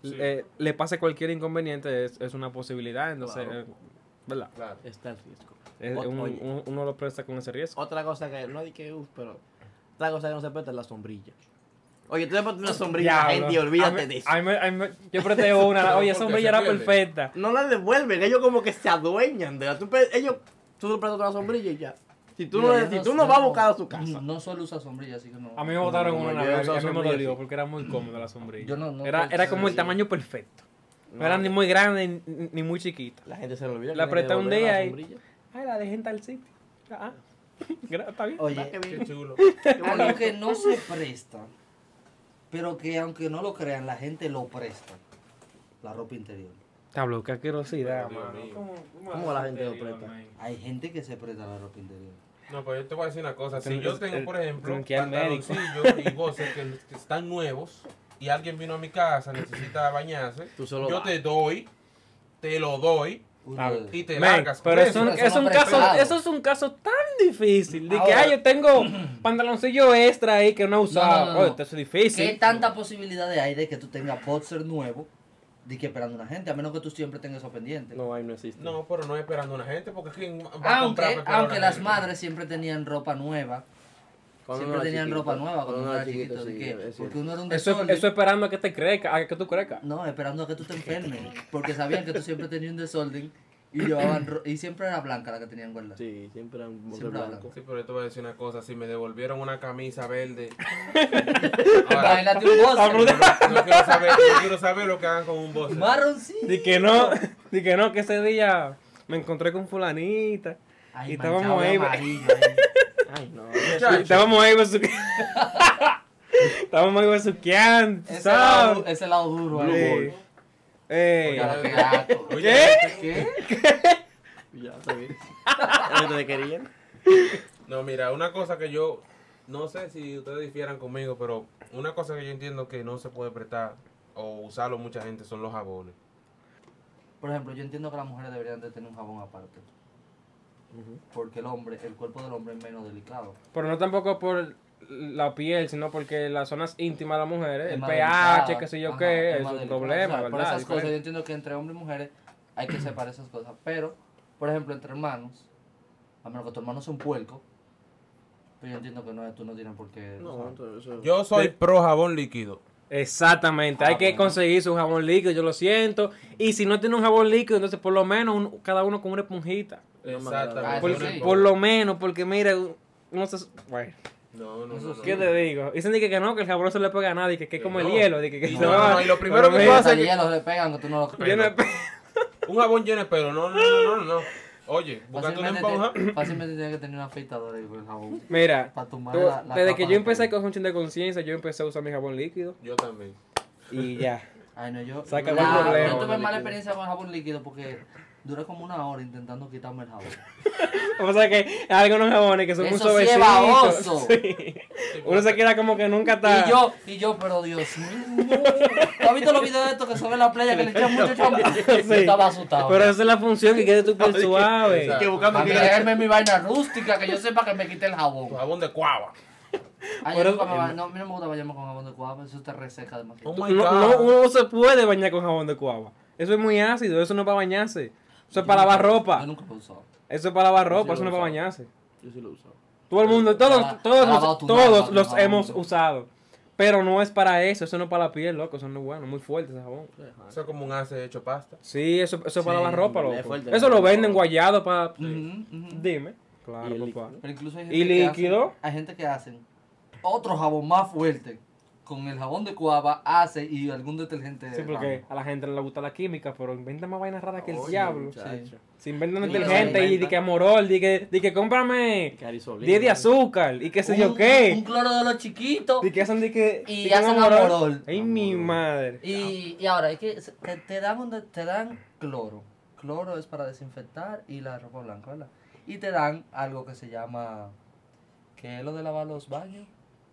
Speaker 1: Sí.
Speaker 4: eh, le pase cualquier inconveniente es, es una posibilidad, entonces,
Speaker 2: Claro.
Speaker 4: eh, ¿verdad?
Speaker 1: Claro.
Speaker 2: Está el riesgo.
Speaker 4: Es-
Speaker 2: O-
Speaker 4: un-
Speaker 2: oye.
Speaker 4: un- uno lo presta con ese riesgo.
Speaker 2: Otra cosa que no hay que usar, pero otra cosa que no se presta es la sombrilla. Oye, tú le pones una sombrilla a la gente y
Speaker 4: Diablo.
Speaker 2: olvídate
Speaker 4: A mí-
Speaker 2: de eso.
Speaker 4: a mí- a mí- yo presté
Speaker 1: [laughs]
Speaker 4: una, oye,
Speaker 1: Porque
Speaker 4: esa
Speaker 1: se
Speaker 4: sombrilla era
Speaker 1: pierde.
Speaker 4: perfecta.
Speaker 2: No la devuelven, ellos como que se adueñan de la. Tú, pe- ellos, tú le prestas una sombrilla y ya. Si tú no,
Speaker 3: Mira, yo
Speaker 2: si
Speaker 3: no
Speaker 2: tú
Speaker 3: sé,
Speaker 2: no vas a buscar a su casa.
Speaker 3: No solo usa sombrilla, así que no.
Speaker 4: A mí me botaron
Speaker 2: no,
Speaker 4: una
Speaker 2: yo
Speaker 4: una
Speaker 2: he
Speaker 4: vez, y
Speaker 2: usado
Speaker 4: a mí me
Speaker 2: sombrilla
Speaker 4: dolió
Speaker 2: así.
Speaker 4: porque era muy cómoda la sombrilla.
Speaker 3: Yo no- no
Speaker 4: era,
Speaker 3: puedo
Speaker 4: era
Speaker 3: usar
Speaker 4: como el
Speaker 3: sombrilla.
Speaker 4: tamaño perfecto. No,
Speaker 2: No.
Speaker 4: era ni muy grande ni, ni muy chiquita.
Speaker 2: La gente se le olvida. que
Speaker 4: La
Speaker 2: tiene que
Speaker 4: presta un
Speaker 2: devolver
Speaker 4: día
Speaker 2: la
Speaker 4: y-
Speaker 2: sombrilla.
Speaker 4: Ay, la dejé en tal sitio. Ah, [laughs] gra- está bien.
Speaker 3: Oye,
Speaker 2: Qué
Speaker 1: Qué
Speaker 2: bien,
Speaker 1: chulo.
Speaker 2: qué
Speaker 3: Algo
Speaker 2: bonito.
Speaker 3: que no se presta, pero que aunque no lo crean, la gente lo presta. La ropa interior.
Speaker 4: Tablo, qué asquerosidad,
Speaker 1: Dios
Speaker 4: mano.
Speaker 1: mío.
Speaker 2: ¿Cómo la gente lo presta?
Speaker 3: Hay gente que se presta la ropa interior.
Speaker 1: No, pero yo te voy a decir una cosa. Si
Speaker 4: Ten-
Speaker 1: yo tengo,
Speaker 4: el-
Speaker 1: por ejemplo,
Speaker 4: tengo que ir al médico.
Speaker 1: pantaloncillos y voces que, que están nuevos y alguien vino a mi casa, necesita bañarse,
Speaker 2: Tú solo
Speaker 1: yo
Speaker 2: vas.
Speaker 1: te doy, te lo doy
Speaker 3: Uno
Speaker 4: Ah,
Speaker 3: de-
Speaker 1: y te
Speaker 4: Man,
Speaker 1: largas. pues. con
Speaker 4: pero es
Speaker 1: eso.
Speaker 4: un,
Speaker 3: Pero eso
Speaker 4: es
Speaker 3: no
Speaker 4: un
Speaker 3: presta.
Speaker 4: caso, eso es un caso tan difícil. De que,
Speaker 3: Ahora-
Speaker 4: ay, yo tengo pantaloncillo extra ahí que no he usado.
Speaker 3: no, no.
Speaker 4: Oye, esto es difícil.
Speaker 3: ¿Qué tantas posibilidades hay de que tú tengas boxer nuevo de que esperando una gente? A menos que tú siempre tengas eso pendiente.
Speaker 2: No, ahí no existe.
Speaker 1: No, pero no esperando a una gente, porque ¿quién va a comprar
Speaker 3: aunque
Speaker 1: para esperar a
Speaker 3: aunque
Speaker 1: una
Speaker 3: las
Speaker 1: gente?
Speaker 3: madres siempre tenían ropa nueva. siempre
Speaker 2: uno era
Speaker 3: tenían
Speaker 2: chiquito,
Speaker 3: ropa nueva cuando uno
Speaker 2: era
Speaker 3: era chiquito.
Speaker 2: chiquito,
Speaker 3: así
Speaker 2: sí,
Speaker 3: que-
Speaker 2: es cierto.
Speaker 3: porque uno era un
Speaker 4: Eso,
Speaker 3: desorden.
Speaker 4: eso esperando a que te crezca, a que tú crezcas.
Speaker 3: No, esperando a que tú te enfermes. Porque sabían que tú siempre tenías un desorden y llevaban ro- y siempre era blanca la que tenían guardada.
Speaker 2: Sí, siempre era un
Speaker 3: Siempre era
Speaker 2: blanco.
Speaker 1: Sí, pero yo te voy a decir una cosa. Si me devolvieron una camisa
Speaker 3: [laughs]
Speaker 1: verde, ahora,
Speaker 3: Bailate Ah, un boxer.
Speaker 1: no, quiero saber, no quiero saber lo que hagan con un boxer.
Speaker 3: Marroncito.
Speaker 4: De que no, de que no, que ese día me encontré con fulanita.
Speaker 3: Ay,
Speaker 4: Y estábamos
Speaker 3: manchado de
Speaker 4: ahí,
Speaker 3: amarillo, eh. ahí.
Speaker 2: Ay, no.
Speaker 4: Y estábamos ahí besuque- [laughs] Estábamos ahí besuqueando,
Speaker 3: Ese lado,
Speaker 4: ¿sabes?
Speaker 3: ese lado duro. eh.
Speaker 4: Sí. Eh,
Speaker 1: Eh,
Speaker 3: ahí.
Speaker 4: Ey.
Speaker 3: Ya lo pegato.
Speaker 1: Oye,
Speaker 3: ¿Qué?
Speaker 2: [laughs] [laughs] Ya, está bien. Era lo que te querían.
Speaker 1: No, mira, una cosa que yo, no sé si ustedes difieran conmigo, pero una cosa que yo entiendo que no se puede prestar o usarlo mucha gente son los jabones.
Speaker 3: Por ejemplo, yo entiendo que las mujeres deberían de tener un jabón aparte. Porque el hombre, el cuerpo del hombre es menos delicado.
Speaker 4: Pero no tampoco por la piel, sino porque las zonas íntimas de las mujeres,
Speaker 3: Es
Speaker 4: el
Speaker 3: más
Speaker 4: pH,
Speaker 3: delicado.
Speaker 4: qué sé yo
Speaker 3: Ajá,
Speaker 4: qué, es
Speaker 3: más
Speaker 4: un
Speaker 3: delicado.
Speaker 4: problema,
Speaker 3: O sea, Por
Speaker 4: ¿verdad?
Speaker 3: esas cosas yo
Speaker 4: Diferente.
Speaker 3: entiendo que entre hombres y mujeres hay que separar esas cosas. Pero, por ejemplo, entre hermanos, a menos que tu hermano sea un puerco, pero yo entiendo que no, tú no tienes por qué...
Speaker 2: No, entonces eso.
Speaker 1: Yo soy pro jabón líquido.
Speaker 4: Exactamente,
Speaker 3: Ah,
Speaker 4: hay que
Speaker 3: bueno.
Speaker 4: conseguir su jabón líquido, yo lo siento. Y si no tiene un jabón líquido, entonces por lo menos un- cada uno con una esponjita.
Speaker 3: Ah,
Speaker 4: Por,
Speaker 3: eso sí.
Speaker 4: por lo menos, porque mira, no sé, bueno,
Speaker 1: No, no, no.
Speaker 3: Eso
Speaker 1: no,
Speaker 3: sí.
Speaker 4: ¿qué te digo? Dicen de que, que no, que el jabón no se le pega a nadie, que, que es como el
Speaker 1: No.
Speaker 4: hielo, de que, que
Speaker 1: Y
Speaker 4: se
Speaker 1: no,
Speaker 4: va.
Speaker 1: no, y lo primero
Speaker 4: Pero
Speaker 1: que
Speaker 4: mira,
Speaker 1: pasa
Speaker 3: Hasta
Speaker 1: es que-
Speaker 3: hielo le pegan que tú no lo crees.
Speaker 4: yo no-
Speaker 1: Un jabón lleno de pelo. No, no, no, no. no. Oye, buscate una
Speaker 3: Fácilmente,
Speaker 1: esponja.
Speaker 3: te- fácilmente tienes que tener una afeitadora ahí por
Speaker 4: [laughs]
Speaker 3: el jabón.
Speaker 4: Mira,
Speaker 3: Para tumbar
Speaker 4: tú-
Speaker 3: la- la
Speaker 4: desde
Speaker 3: capa
Speaker 4: que yo
Speaker 3: de
Speaker 4: empecé
Speaker 3: pelo.
Speaker 4: con un chin de conciencia, yo empecé a usar mi jabón líquido
Speaker 1: Yo también.
Speaker 4: y ya.
Speaker 3: Ay, no, yo.
Speaker 4: Saca el
Speaker 3: yo- Ah,
Speaker 4: problema.
Speaker 3: Yo tuve
Speaker 2: Jabón
Speaker 3: mala
Speaker 2: líquido.
Speaker 3: experiencia con el jabón líquido porque duré como una hora intentando quitarme el jabón.
Speaker 4: O sea que hay algunos jabones que son un
Speaker 3: Eso sí es
Speaker 4: suavecito.
Speaker 3: baboso.
Speaker 4: [laughs] sí. Uno se queda como que nunca está.
Speaker 3: Y yo, y yo, pero Dios mío. ¿Tú has visto los videos de estos que son en la playa que le echan mucho champú? Yo estaba asustado.
Speaker 4: Pero esa es la función que quede tu piel suave.
Speaker 1: exacto.
Speaker 2: Que
Speaker 3: a
Speaker 2: buscando
Speaker 3: mí
Speaker 2: que
Speaker 3: déjenme mi vaina rústica que yo sepa que me quite el
Speaker 1: Tu
Speaker 3: jabón.
Speaker 1: jabón de cuava.
Speaker 3: Ay, yo nunca me baño. No, a mí no me gusta bañarme con jabón de guava, eso te reseca demasiado.
Speaker 1: Oh my
Speaker 4: No,
Speaker 1: God.
Speaker 4: no, uno no se puede bañar con jabón de cuava. Eso es muy ácido, eso no es para bañarse. Eso es para lavar ropa.
Speaker 3: Yo nunca lo he usado.
Speaker 4: Eso es para lavar
Speaker 2: sí
Speaker 4: ropa,
Speaker 2: lo
Speaker 4: eso no es
Speaker 2: he
Speaker 4: para
Speaker 2: usado.
Speaker 4: bañarse.
Speaker 2: Yo sí lo he usado.
Speaker 4: Todo el mundo, todos,
Speaker 3: Ah,
Speaker 4: todos,
Speaker 3: ha lavado
Speaker 4: los,
Speaker 3: tu mano,
Speaker 4: todos
Speaker 3: ha
Speaker 4: los
Speaker 3: lavado
Speaker 4: hemos
Speaker 3: tu mano.
Speaker 4: usado. Pero no es para eso, eso no es para la piel, loco, eso no es bueno, muy fuerte ese jabón.
Speaker 1: Eso es como un ace hecho pasta.
Speaker 4: Sí, eso, eso es para
Speaker 2: Sí,
Speaker 4: lavar ropa,
Speaker 2: es
Speaker 4: loco.
Speaker 2: fuerte,
Speaker 4: eso lo
Speaker 2: loco.
Speaker 4: venden guayado para...
Speaker 3: Ujú, ujú.
Speaker 4: Dime. Claro,
Speaker 2: el
Speaker 4: papá.
Speaker 3: Pero incluso hay
Speaker 4: ¿Y
Speaker 3: gente que hacen-
Speaker 4: líquido?
Speaker 3: hay gente que hacen otro jabón más fuerte con el jabón de cuava, hace y algún detergente.
Speaker 4: Sí,
Speaker 3: de
Speaker 4: porque
Speaker 3: baño.
Speaker 4: a la gente no le gusta la química, pero inventan más vainas raras que el
Speaker 2: Oye,
Speaker 4: diablo.
Speaker 2: muchacho.
Speaker 4: Se inventan
Speaker 3: Sí,
Speaker 4: detergente
Speaker 2: se
Speaker 4: y di
Speaker 2: inventan.
Speaker 4: que amorol, di que, di que cómprame
Speaker 2: Carisolín.
Speaker 4: 10 de azúcar y qué sé yo
Speaker 3: Un- Un
Speaker 4: qué.
Speaker 3: cloro de los chiquitos.
Speaker 4: Di que hacen di que.
Speaker 3: Y
Speaker 4: di que un
Speaker 3: hacen Amorol.
Speaker 4: Ay, mi madre.
Speaker 3: Y, y ahora, es que se- te, te dan un de- te dan cloro. Cloro es para desinfectar y la ropa blanca, ¿verdad? Y te dan algo que se llama. ¿Qué es lo de lavar los baños?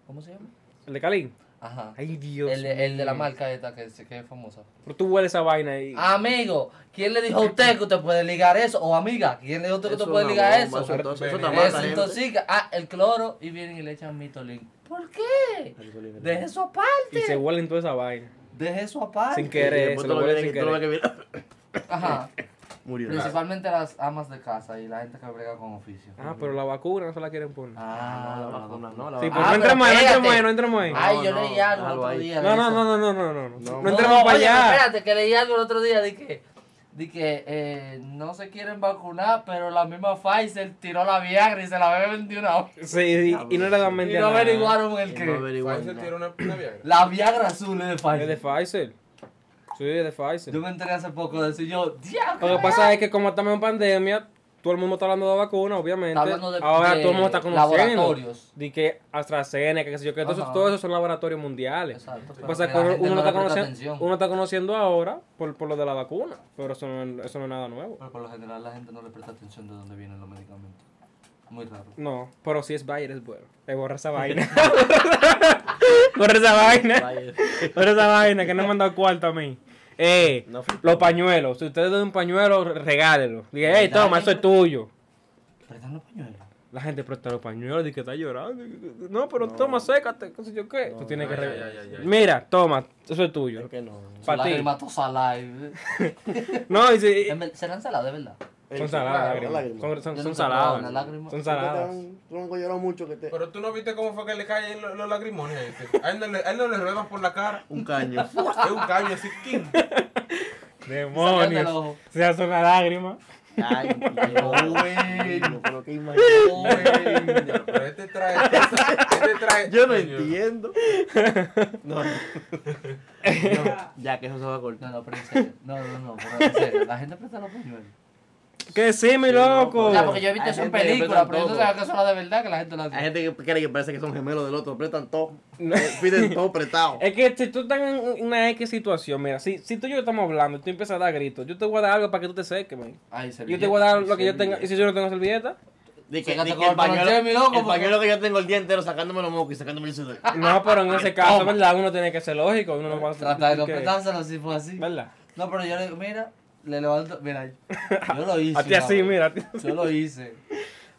Speaker 3: ¿Cómo se llama?
Speaker 4: El de Cali.
Speaker 3: Ajá.
Speaker 4: Ay, Dios.
Speaker 3: El, de- el de la
Speaker 4: mío.
Speaker 3: marca esta que, se- que es famosa.
Speaker 4: Pero tú hueles esa vaina y.
Speaker 3: Ah, Amigo, ¿quién le dijo a usted que usted puede ligar eso? O amiga, ¿quién le dijo a usted que
Speaker 2: Eso
Speaker 3: usted puede
Speaker 2: es una
Speaker 3: ligar
Speaker 2: bomba,
Speaker 3: eso?
Speaker 2: Eso entonces- eso
Speaker 1: Veneno.
Speaker 2: te
Speaker 3: Eso
Speaker 2: mata gente.
Speaker 3: intoxica. Ah, el cloro y vienen y le echan mitolín. ¿Por qué?
Speaker 2: Carisolín,
Speaker 3: Deje eso
Speaker 4: Y se
Speaker 3: aparte.
Speaker 4: huelen toda esa vaina.
Speaker 3: Deje eso aparte.
Speaker 4: Sin querer,
Speaker 2: Después
Speaker 4: se
Speaker 2: tú
Speaker 4: lo
Speaker 2: lo
Speaker 4: huelen
Speaker 2: ves
Speaker 4: sin
Speaker 2: que- tú lo
Speaker 4: querer.
Speaker 2: ves que viene- [laughs]
Speaker 4: [laughs]
Speaker 3: Ajá.
Speaker 2: Murió.
Speaker 3: Principalmente las amas de casa y la gente que brega con oficio.
Speaker 4: Ah, pero la vacuna no se la quieren poner.
Speaker 3: Ah,
Speaker 2: No, la vacuna, no, la
Speaker 4: Sí,
Speaker 2: vacuna.
Speaker 4: pues
Speaker 3: Ah,
Speaker 4: no
Speaker 3: pero
Speaker 4: entremos ahí, no
Speaker 3: espérate. Ah,
Speaker 4: entremos ahí, no entremos ahí.
Speaker 3: Ay, yo
Speaker 2: No,
Speaker 3: leí
Speaker 2: no,
Speaker 3: algo el
Speaker 2: algo
Speaker 3: otro
Speaker 2: ahí.
Speaker 3: día. de
Speaker 4: No, no,
Speaker 3: eso.
Speaker 4: no, no, no, no, no, no.
Speaker 2: No,
Speaker 4: No entremos para
Speaker 3: oye, pero
Speaker 4: allá.
Speaker 3: Espérate, que leí algo el otro día de que, de que eh, no se quieren vacunar, pero la misma Pfizer tiró la Viagra y se la beben de una vez.
Speaker 4: Sí, y, y no le dan
Speaker 3: Y
Speaker 4: mente
Speaker 3: no
Speaker 4: a nada.
Speaker 3: averiguaron el
Speaker 2: No
Speaker 3: que.
Speaker 2: averiguan
Speaker 1: Pfizer
Speaker 2: nada.
Speaker 1: tiene una, una
Speaker 3: [clears throat]
Speaker 1: Viagra.
Speaker 3: La Viagra azul es de
Speaker 4: Es de
Speaker 3: Pfizer.
Speaker 4: Pfizer. Sí, es de Pfizer.
Speaker 3: Yo me enteré hace poco de eso y yo, diablo.
Speaker 4: Lo que pasa es que como estamos en pandemia, todo el mundo está hablando de vacunas, obviamente.
Speaker 3: Está hablando de-
Speaker 4: Ahora
Speaker 3: de
Speaker 4: todo el mundo está conociendo.
Speaker 3: laboratorios.
Speaker 4: De que AstraZeneca, qué sé yo, que todo eso,
Speaker 3: Ajá.
Speaker 4: todo eso son laboratorios mundiales.
Speaker 3: Exacto,
Speaker 4: Lo que
Speaker 3: pero
Speaker 4: pasa es
Speaker 3: que la
Speaker 4: que uno,
Speaker 3: gente
Speaker 4: uno está
Speaker 3: no le presta
Speaker 4: conociendo,
Speaker 3: atención.
Speaker 4: uno está conociendo ahora por, por lo de la vacuna, pero eso no, eso no es nada nuevo.
Speaker 3: Pero por lo general la gente no le presta atención de dónde vienen los medicamentos. Muy raro.
Speaker 4: No, pero si es Bayer es bueno. Le borra esa
Speaker 3: [laughs]
Speaker 4: vaina. borra esa vaina.
Speaker 2: Vaya.
Speaker 4: Borra esa vaina que no me han dado cuarto a mí. Eh,
Speaker 2: No fui-
Speaker 4: los pañuelos. Si ustedes dan un pañuelo, regálelo. Diga, hey, toma, eso es tuyo.
Speaker 3: ¿Prestan los pañuelos?
Speaker 4: La gente presta los pañuelos y que está llorando. No, pero toma, sécate, qué sé yo qué. Tú tienes que
Speaker 1: Ay, ay,
Speaker 4: regalar.
Speaker 1: ay, ay, ay.
Speaker 4: Mira, toma, eso es tuyo.
Speaker 2: Creo que no.
Speaker 4: Pa'
Speaker 3: Para
Speaker 4: ti.
Speaker 3: ti. Live.
Speaker 4: [laughs] No, y si-
Speaker 3: En ver- ¿Serán saladas, de verdad?
Speaker 4: son
Speaker 1: claro,
Speaker 4: saladas, lágrimas.
Speaker 2: lágrimas.
Speaker 4: Son, son- son
Speaker 3: Yo nunca he probado
Speaker 4: saladas.
Speaker 3: una lágrima.
Speaker 4: Son saladas.
Speaker 2: Tronco lloró mucho que te.
Speaker 1: Pero tú no viste cómo fue que le caen los, los lagrimones a este. A él no le, a él no le ruedan por la cara.
Speaker 2: Un [laughs] caño.
Speaker 1: Es un caño así, ¡quim!
Speaker 3: Salían del
Speaker 4: Demonios.
Speaker 3: ojo.
Speaker 4: Se hace una lágrima.
Speaker 2: Ay,
Speaker 3: Owen.
Speaker 2: pero qué imagino.
Speaker 1: Coño, Pero este trae. Este trae.
Speaker 2: Yo no
Speaker 1: coño.
Speaker 2: entiendo. No. [laughs] Ya que eso se va a cortar.
Speaker 3: No, no, pero en serio. No, no, no, pero en serio. La gente presta los pañuelos.
Speaker 4: Que sí, mi loco.
Speaker 3: O sea, pues, porque yo he visto
Speaker 2: Hay
Speaker 3: eso en
Speaker 2: gente que
Speaker 3: películas,
Speaker 2: prestan
Speaker 3: pero yo no
Speaker 2: todo.
Speaker 3: sabía que eso era de verdad que la gente lo
Speaker 2: Hay
Speaker 3: hace.
Speaker 2: gente que cree que parece que son gemelos del otro, apretan todo. eh, Piden todo
Speaker 4: [laughs]
Speaker 2: apretado.
Speaker 4: Es que si tú estás en una X situación, mira, si, si tú y yo estamos hablando y tú empiezas a dar gritos, yo te voy a dar algo para que tú te seques, man.
Speaker 3: Ay,
Speaker 4: Yo te voy a dar lo que yo tenga. Y si yo no tengo servilleta,
Speaker 2: De que,
Speaker 3: Sácate
Speaker 2: de
Speaker 3: con
Speaker 2: que
Speaker 3: el
Speaker 2: el
Speaker 3: pañuelo,
Speaker 2: pañuelo,
Speaker 3: mi loco,
Speaker 2: el
Speaker 3: porque-
Speaker 2: pañuelo que yo tengo el día entero sacándome los mocos y sacándome el sudor.
Speaker 4: no, pero en ese caso, ¿verdad? Uno tiene que ser lógico. Uno no va a
Speaker 3: Trata de no
Speaker 4: que-
Speaker 3: petárselo si fue así.
Speaker 4: ¿Verdad?
Speaker 3: No, pero yo le digo, mira, le levanto. Mira, yo
Speaker 4: [laughs]
Speaker 3: lo hice.
Speaker 4: A ti así,
Speaker 3: una vez.
Speaker 4: mira. [laughs] a ti-
Speaker 3: Yo lo hice.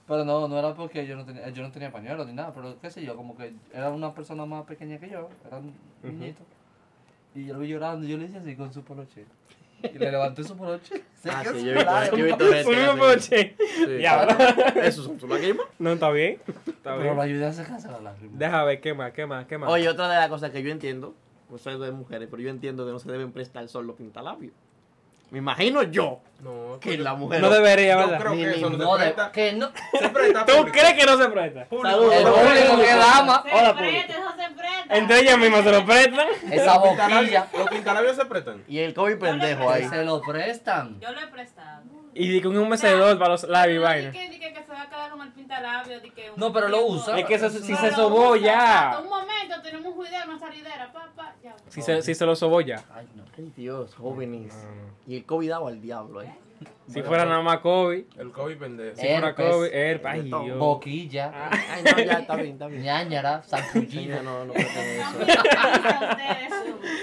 Speaker 3: Pero no, no era porque yo no tenía, yo no tenía pañuelo ni nada, pero qué sé yo, como que era una persona más pequeña que yo, era un niñito. Y yo lo vi llorando, y yo le hice así con su poloche. Y le levanté su poloche.
Speaker 4: [laughs]
Speaker 3: Se
Speaker 2: Ah,
Speaker 3: quedó
Speaker 2: sí,
Speaker 3: su
Speaker 2: yo he visto-
Speaker 3: pelaje.
Speaker 2: yo he visto gente.
Speaker 4: Uno no puede che.
Speaker 2: Sí.
Speaker 4: Diablo.
Speaker 2: Esos son sus lágrimas.
Speaker 4: No, está bien. Está
Speaker 3: Pero
Speaker 4: bien.
Speaker 3: lo ayudé a secarse la lágrima.
Speaker 4: Deja ver, ¿qué más? ¿Qué más? ¿Qué más?
Speaker 2: [laughs] Oye, otra de las cosas que yo entiendo, no sé de mujeres, pero yo entiendo que no se deben prestar sol los pintalabios. Me imagino yo
Speaker 1: No,
Speaker 2: que la mujer.
Speaker 4: no debería,
Speaker 1: Yo
Speaker 4: ¿verdad?
Speaker 1: creo que eso no
Speaker 3: No,
Speaker 1: se
Speaker 3: de,
Speaker 1: presta.
Speaker 4: [laughs]
Speaker 3: que no.
Speaker 1: Se presta.
Speaker 4: ¿Tú
Speaker 1: público.
Speaker 4: crees que no se presta?
Speaker 1: Público.
Speaker 2: Saludos.
Speaker 3: El único que dama,
Speaker 2: Hola,
Speaker 5: Se presta, eso se presta.
Speaker 4: Entre ellas mismas se lo prestan.
Speaker 3: esa
Speaker 1: Los pintalabios-
Speaker 3: boquilla,
Speaker 1: Los pintalabios se prestan.
Speaker 2: Y el COVID pendejo ahí.
Speaker 3: que se lo prestan.
Speaker 5: Yo lo he prestado.
Speaker 4: Y di que un mecedor para los labios y
Speaker 5: Pero di
Speaker 4: vaina.
Speaker 5: que- di que- que se va a quedar con el pintalabio, di que un
Speaker 3: No, pero lo
Speaker 5: tiempo.
Speaker 3: usa.
Speaker 4: Es que eso, si
Speaker 5: Pero
Speaker 4: se
Speaker 5: lo
Speaker 4: sobó
Speaker 5: usa,
Speaker 4: ya.
Speaker 5: exacto. Un momento, tenemos un juidero, una salidera, pa, pa, ya.
Speaker 4: Si se, si se lo sobó ya.
Speaker 3: Ay, no.
Speaker 2: Ay, Dios, jóvenes.
Speaker 4: Ah.
Speaker 2: Y el COVID dado al diablo eh. ahí.
Speaker 4: Si fuera nada más COVID.
Speaker 1: El COVID pendejo.
Speaker 4: Si fuera
Speaker 3: Herpes.
Speaker 4: COVID. herpes, Ay,
Speaker 2: Todo.
Speaker 4: Dios.
Speaker 3: Boquilla,
Speaker 2: Ay, no, ya está bien, está
Speaker 3: [laughs]
Speaker 2: bien.
Speaker 3: ñañara,
Speaker 2: Señora,
Speaker 1: [laughs]
Speaker 3: sancullina.
Speaker 2: no, no puede tener
Speaker 5: No,
Speaker 2: eso.
Speaker 5: mira, mira ustedes,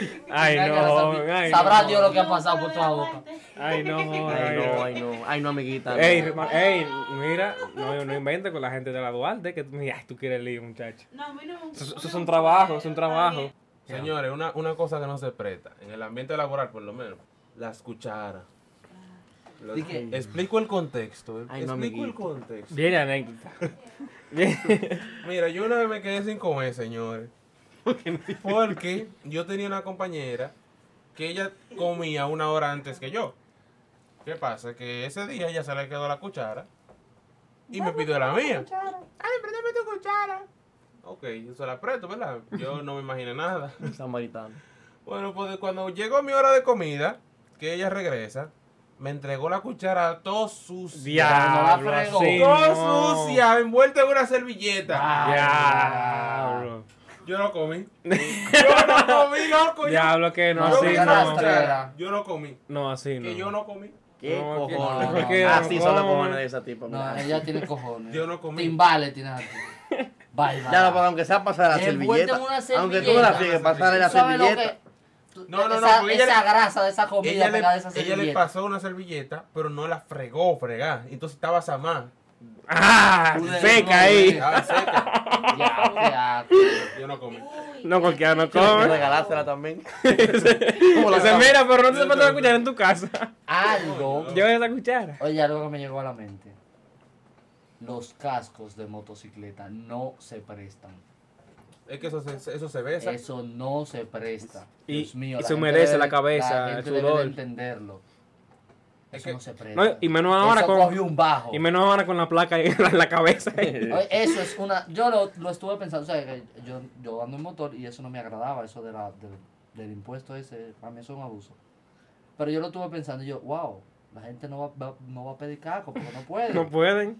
Speaker 5: su-
Speaker 4: Ay, no,
Speaker 3: Ñañara,
Speaker 4: joven,
Speaker 3: sancullina.
Speaker 4: ay, no.
Speaker 3: Sabrá Dios lo que ha pasado por
Speaker 5: Yo
Speaker 3: toda
Speaker 5: no
Speaker 3: boca.
Speaker 5: puedo aguante.
Speaker 4: Ay, no, joder,
Speaker 2: Ay, no, ay, no. Ay, no, amiguita. no.
Speaker 4: Ey, Rima- ey, mira, no, no inventes con la gente de la Duarte, que tú- ay, tú quieres lío, muchacho.
Speaker 5: No, a mí no me-
Speaker 4: Eso, eso
Speaker 5: no
Speaker 4: es
Speaker 5: me
Speaker 4: un trabajo,
Speaker 5: gusta,
Speaker 4: es un
Speaker 5: está bien.
Speaker 4: trabajo.
Speaker 1: Señores, una, una cosa que no se presta, en el ambiente laboral por lo menos, las cucharas. Los-
Speaker 3: ¿Y qué?
Speaker 1: explico el contexto. eh.
Speaker 2: Ay, no,
Speaker 1: explico el
Speaker 2: amiguito.
Speaker 1: contexto.
Speaker 4: Viene [laughs] anécdota. Bien.
Speaker 1: Mira, yo una vez me quedé sin comer,
Speaker 2: [laughs]
Speaker 1: señores. Porque yo tenía una compañera que ella comía una hora antes que yo. ¿Qué pasa? Que ese día ella se le quedó la cuchara y me pidió la mía. Ay, préstame tu cuchara. Ok, yo se la presto, ¿verdad? Yo no me imaginé nada.
Speaker 2: Samaritano.
Speaker 1: Bueno, pues cuando llegó mi hora de comida, que ella regresa, me entregó la cuchara todo sucia.
Speaker 4: Diablo, Ah.
Speaker 3: la fregó.
Speaker 4: así
Speaker 1: Todo
Speaker 4: no.
Speaker 1: sucia, envuelta en una servilleta.
Speaker 4: Diablo.
Speaker 1: Yo
Speaker 4: [laughs]
Speaker 1: no comí. Yo no comí, loco. Yo,
Speaker 4: Diablo que no,
Speaker 1: yo
Speaker 4: así
Speaker 1: vi
Speaker 3: no.
Speaker 1: la
Speaker 4: no.
Speaker 1: cuchara, yo no comí.
Speaker 4: No, así no.
Speaker 1: Que yo no comí.
Speaker 2: ¿Qué
Speaker 4: No, que-
Speaker 2: cojones?
Speaker 3: no, que-
Speaker 2: Así son los
Speaker 4: no.
Speaker 2: cojones de esa tipa.
Speaker 3: No,
Speaker 2: mira.
Speaker 3: ella tiene cojones.
Speaker 1: Yo no comí.
Speaker 3: Timbales tiene aquí. Bárbara.
Speaker 2: Ya, no, pero aunque sea pasar la
Speaker 3: Envuelta
Speaker 2: servilleta.
Speaker 3: en una
Speaker 2: Aunque tú no
Speaker 3: servilleta.
Speaker 2: la fiegues, pasarle la
Speaker 3: Tú sabes lo
Speaker 2: servilleta.
Speaker 3: que- tú-
Speaker 1: No, no, no,
Speaker 3: esa,
Speaker 1: porque ella
Speaker 3: esa
Speaker 1: le-
Speaker 3: grasa de esa comida
Speaker 1: Ella le,
Speaker 3: pegada a esa
Speaker 1: ella le
Speaker 3: servilleta.
Speaker 1: pasó una servilleta, pero no la fregó, fregá. Entonces estaba samá.
Speaker 4: Ah,
Speaker 3: Tú de- no,
Speaker 4: seca ahí.
Speaker 3: de-
Speaker 1: Estaba seca.
Speaker 3: Ya,
Speaker 1: [laughs]
Speaker 3: qué asco.
Speaker 1: Yo no comí.
Speaker 5: Uy,
Speaker 4: No, cualquiera no
Speaker 2: Tienes
Speaker 4: come.
Speaker 2: que regalársela también.
Speaker 4: O sea, mira, pero no te falta la cuchara en tu casa. [laughs]
Speaker 3: Algo.
Speaker 4: Yo esa cuchara.
Speaker 3: Oye, algo que me llegó a la mente. Los cascos de motocicleta no se prestan.
Speaker 1: Es que eso se, eso se besa.
Speaker 3: Eso no se presta.
Speaker 4: Y-
Speaker 3: Dios mío,
Speaker 4: y
Speaker 3: la
Speaker 4: se
Speaker 3: gente
Speaker 4: humedece
Speaker 3: debe-
Speaker 4: la cabeza,
Speaker 3: la gente
Speaker 4: el
Speaker 3: debe de
Speaker 4: sudor.
Speaker 3: entenderlo.
Speaker 1: Es
Speaker 3: Eso
Speaker 1: que-
Speaker 3: no se presta.
Speaker 4: No, y menos ahora
Speaker 3: Eso
Speaker 4: con-
Speaker 3: cogió un bajo.
Speaker 4: Y menos ahora con la placa [laughs] en la, en la cabeza.
Speaker 3: Oye, Eso es una. Yo lo, lo estuve pensando, o sea, que yo, yo ando en motor y eso no me agradaba, eso de la, de- del impuesto ese, a mí eso es un abuso. Pero yo lo estuve pensando y yo, wow, la gente no va, va- no va a pedir caco porque no
Speaker 4: [laughs]
Speaker 3: puede.
Speaker 4: No pueden.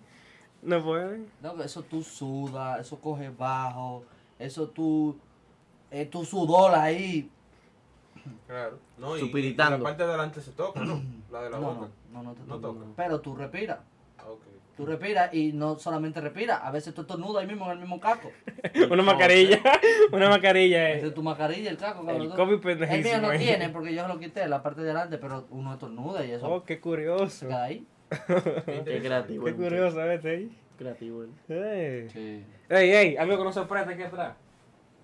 Speaker 4: No pueden.
Speaker 3: No, que eso tú sudas, eso coge bajo, eso tú. eh, tu sudor ahí.
Speaker 1: Claro. No, y, y
Speaker 2: Supiritando.
Speaker 1: la parte de adelante se toca, ¿no? La de la
Speaker 3: No, no,
Speaker 1: boca.
Speaker 3: no, no te
Speaker 1: No
Speaker 3: toca.
Speaker 1: toca.
Speaker 3: Pero tú respiras.
Speaker 1: Ah, ok.
Speaker 3: Tú respiras y no solamente respiras, a veces tú estornudas ahí mismo en el mismo caco.
Speaker 4: Eh, [laughs] Una mascarilla. Una mascarilla
Speaker 3: Esa
Speaker 4: eh.
Speaker 3: es tu mascarilla, el caco. cabrón.
Speaker 4: El COVID
Speaker 3: El mío
Speaker 4: pendejísimo.
Speaker 3: no
Speaker 4: eh.
Speaker 3: tiene pues. porque yo se lo quité, la parte de adelante, pero uno estornuda y eso
Speaker 4: Oh, qué
Speaker 3: se
Speaker 4: curioso.
Speaker 3: queda ahí.
Speaker 2: Qué creativo.
Speaker 4: Qué
Speaker 2: el muchacho.
Speaker 4: curioso, eh, vete ahí.
Speaker 2: Creativo. el-
Speaker 4: Ey.
Speaker 3: Sí.
Speaker 4: Eh. Ey, ey, algo que no se presta aquí atrás.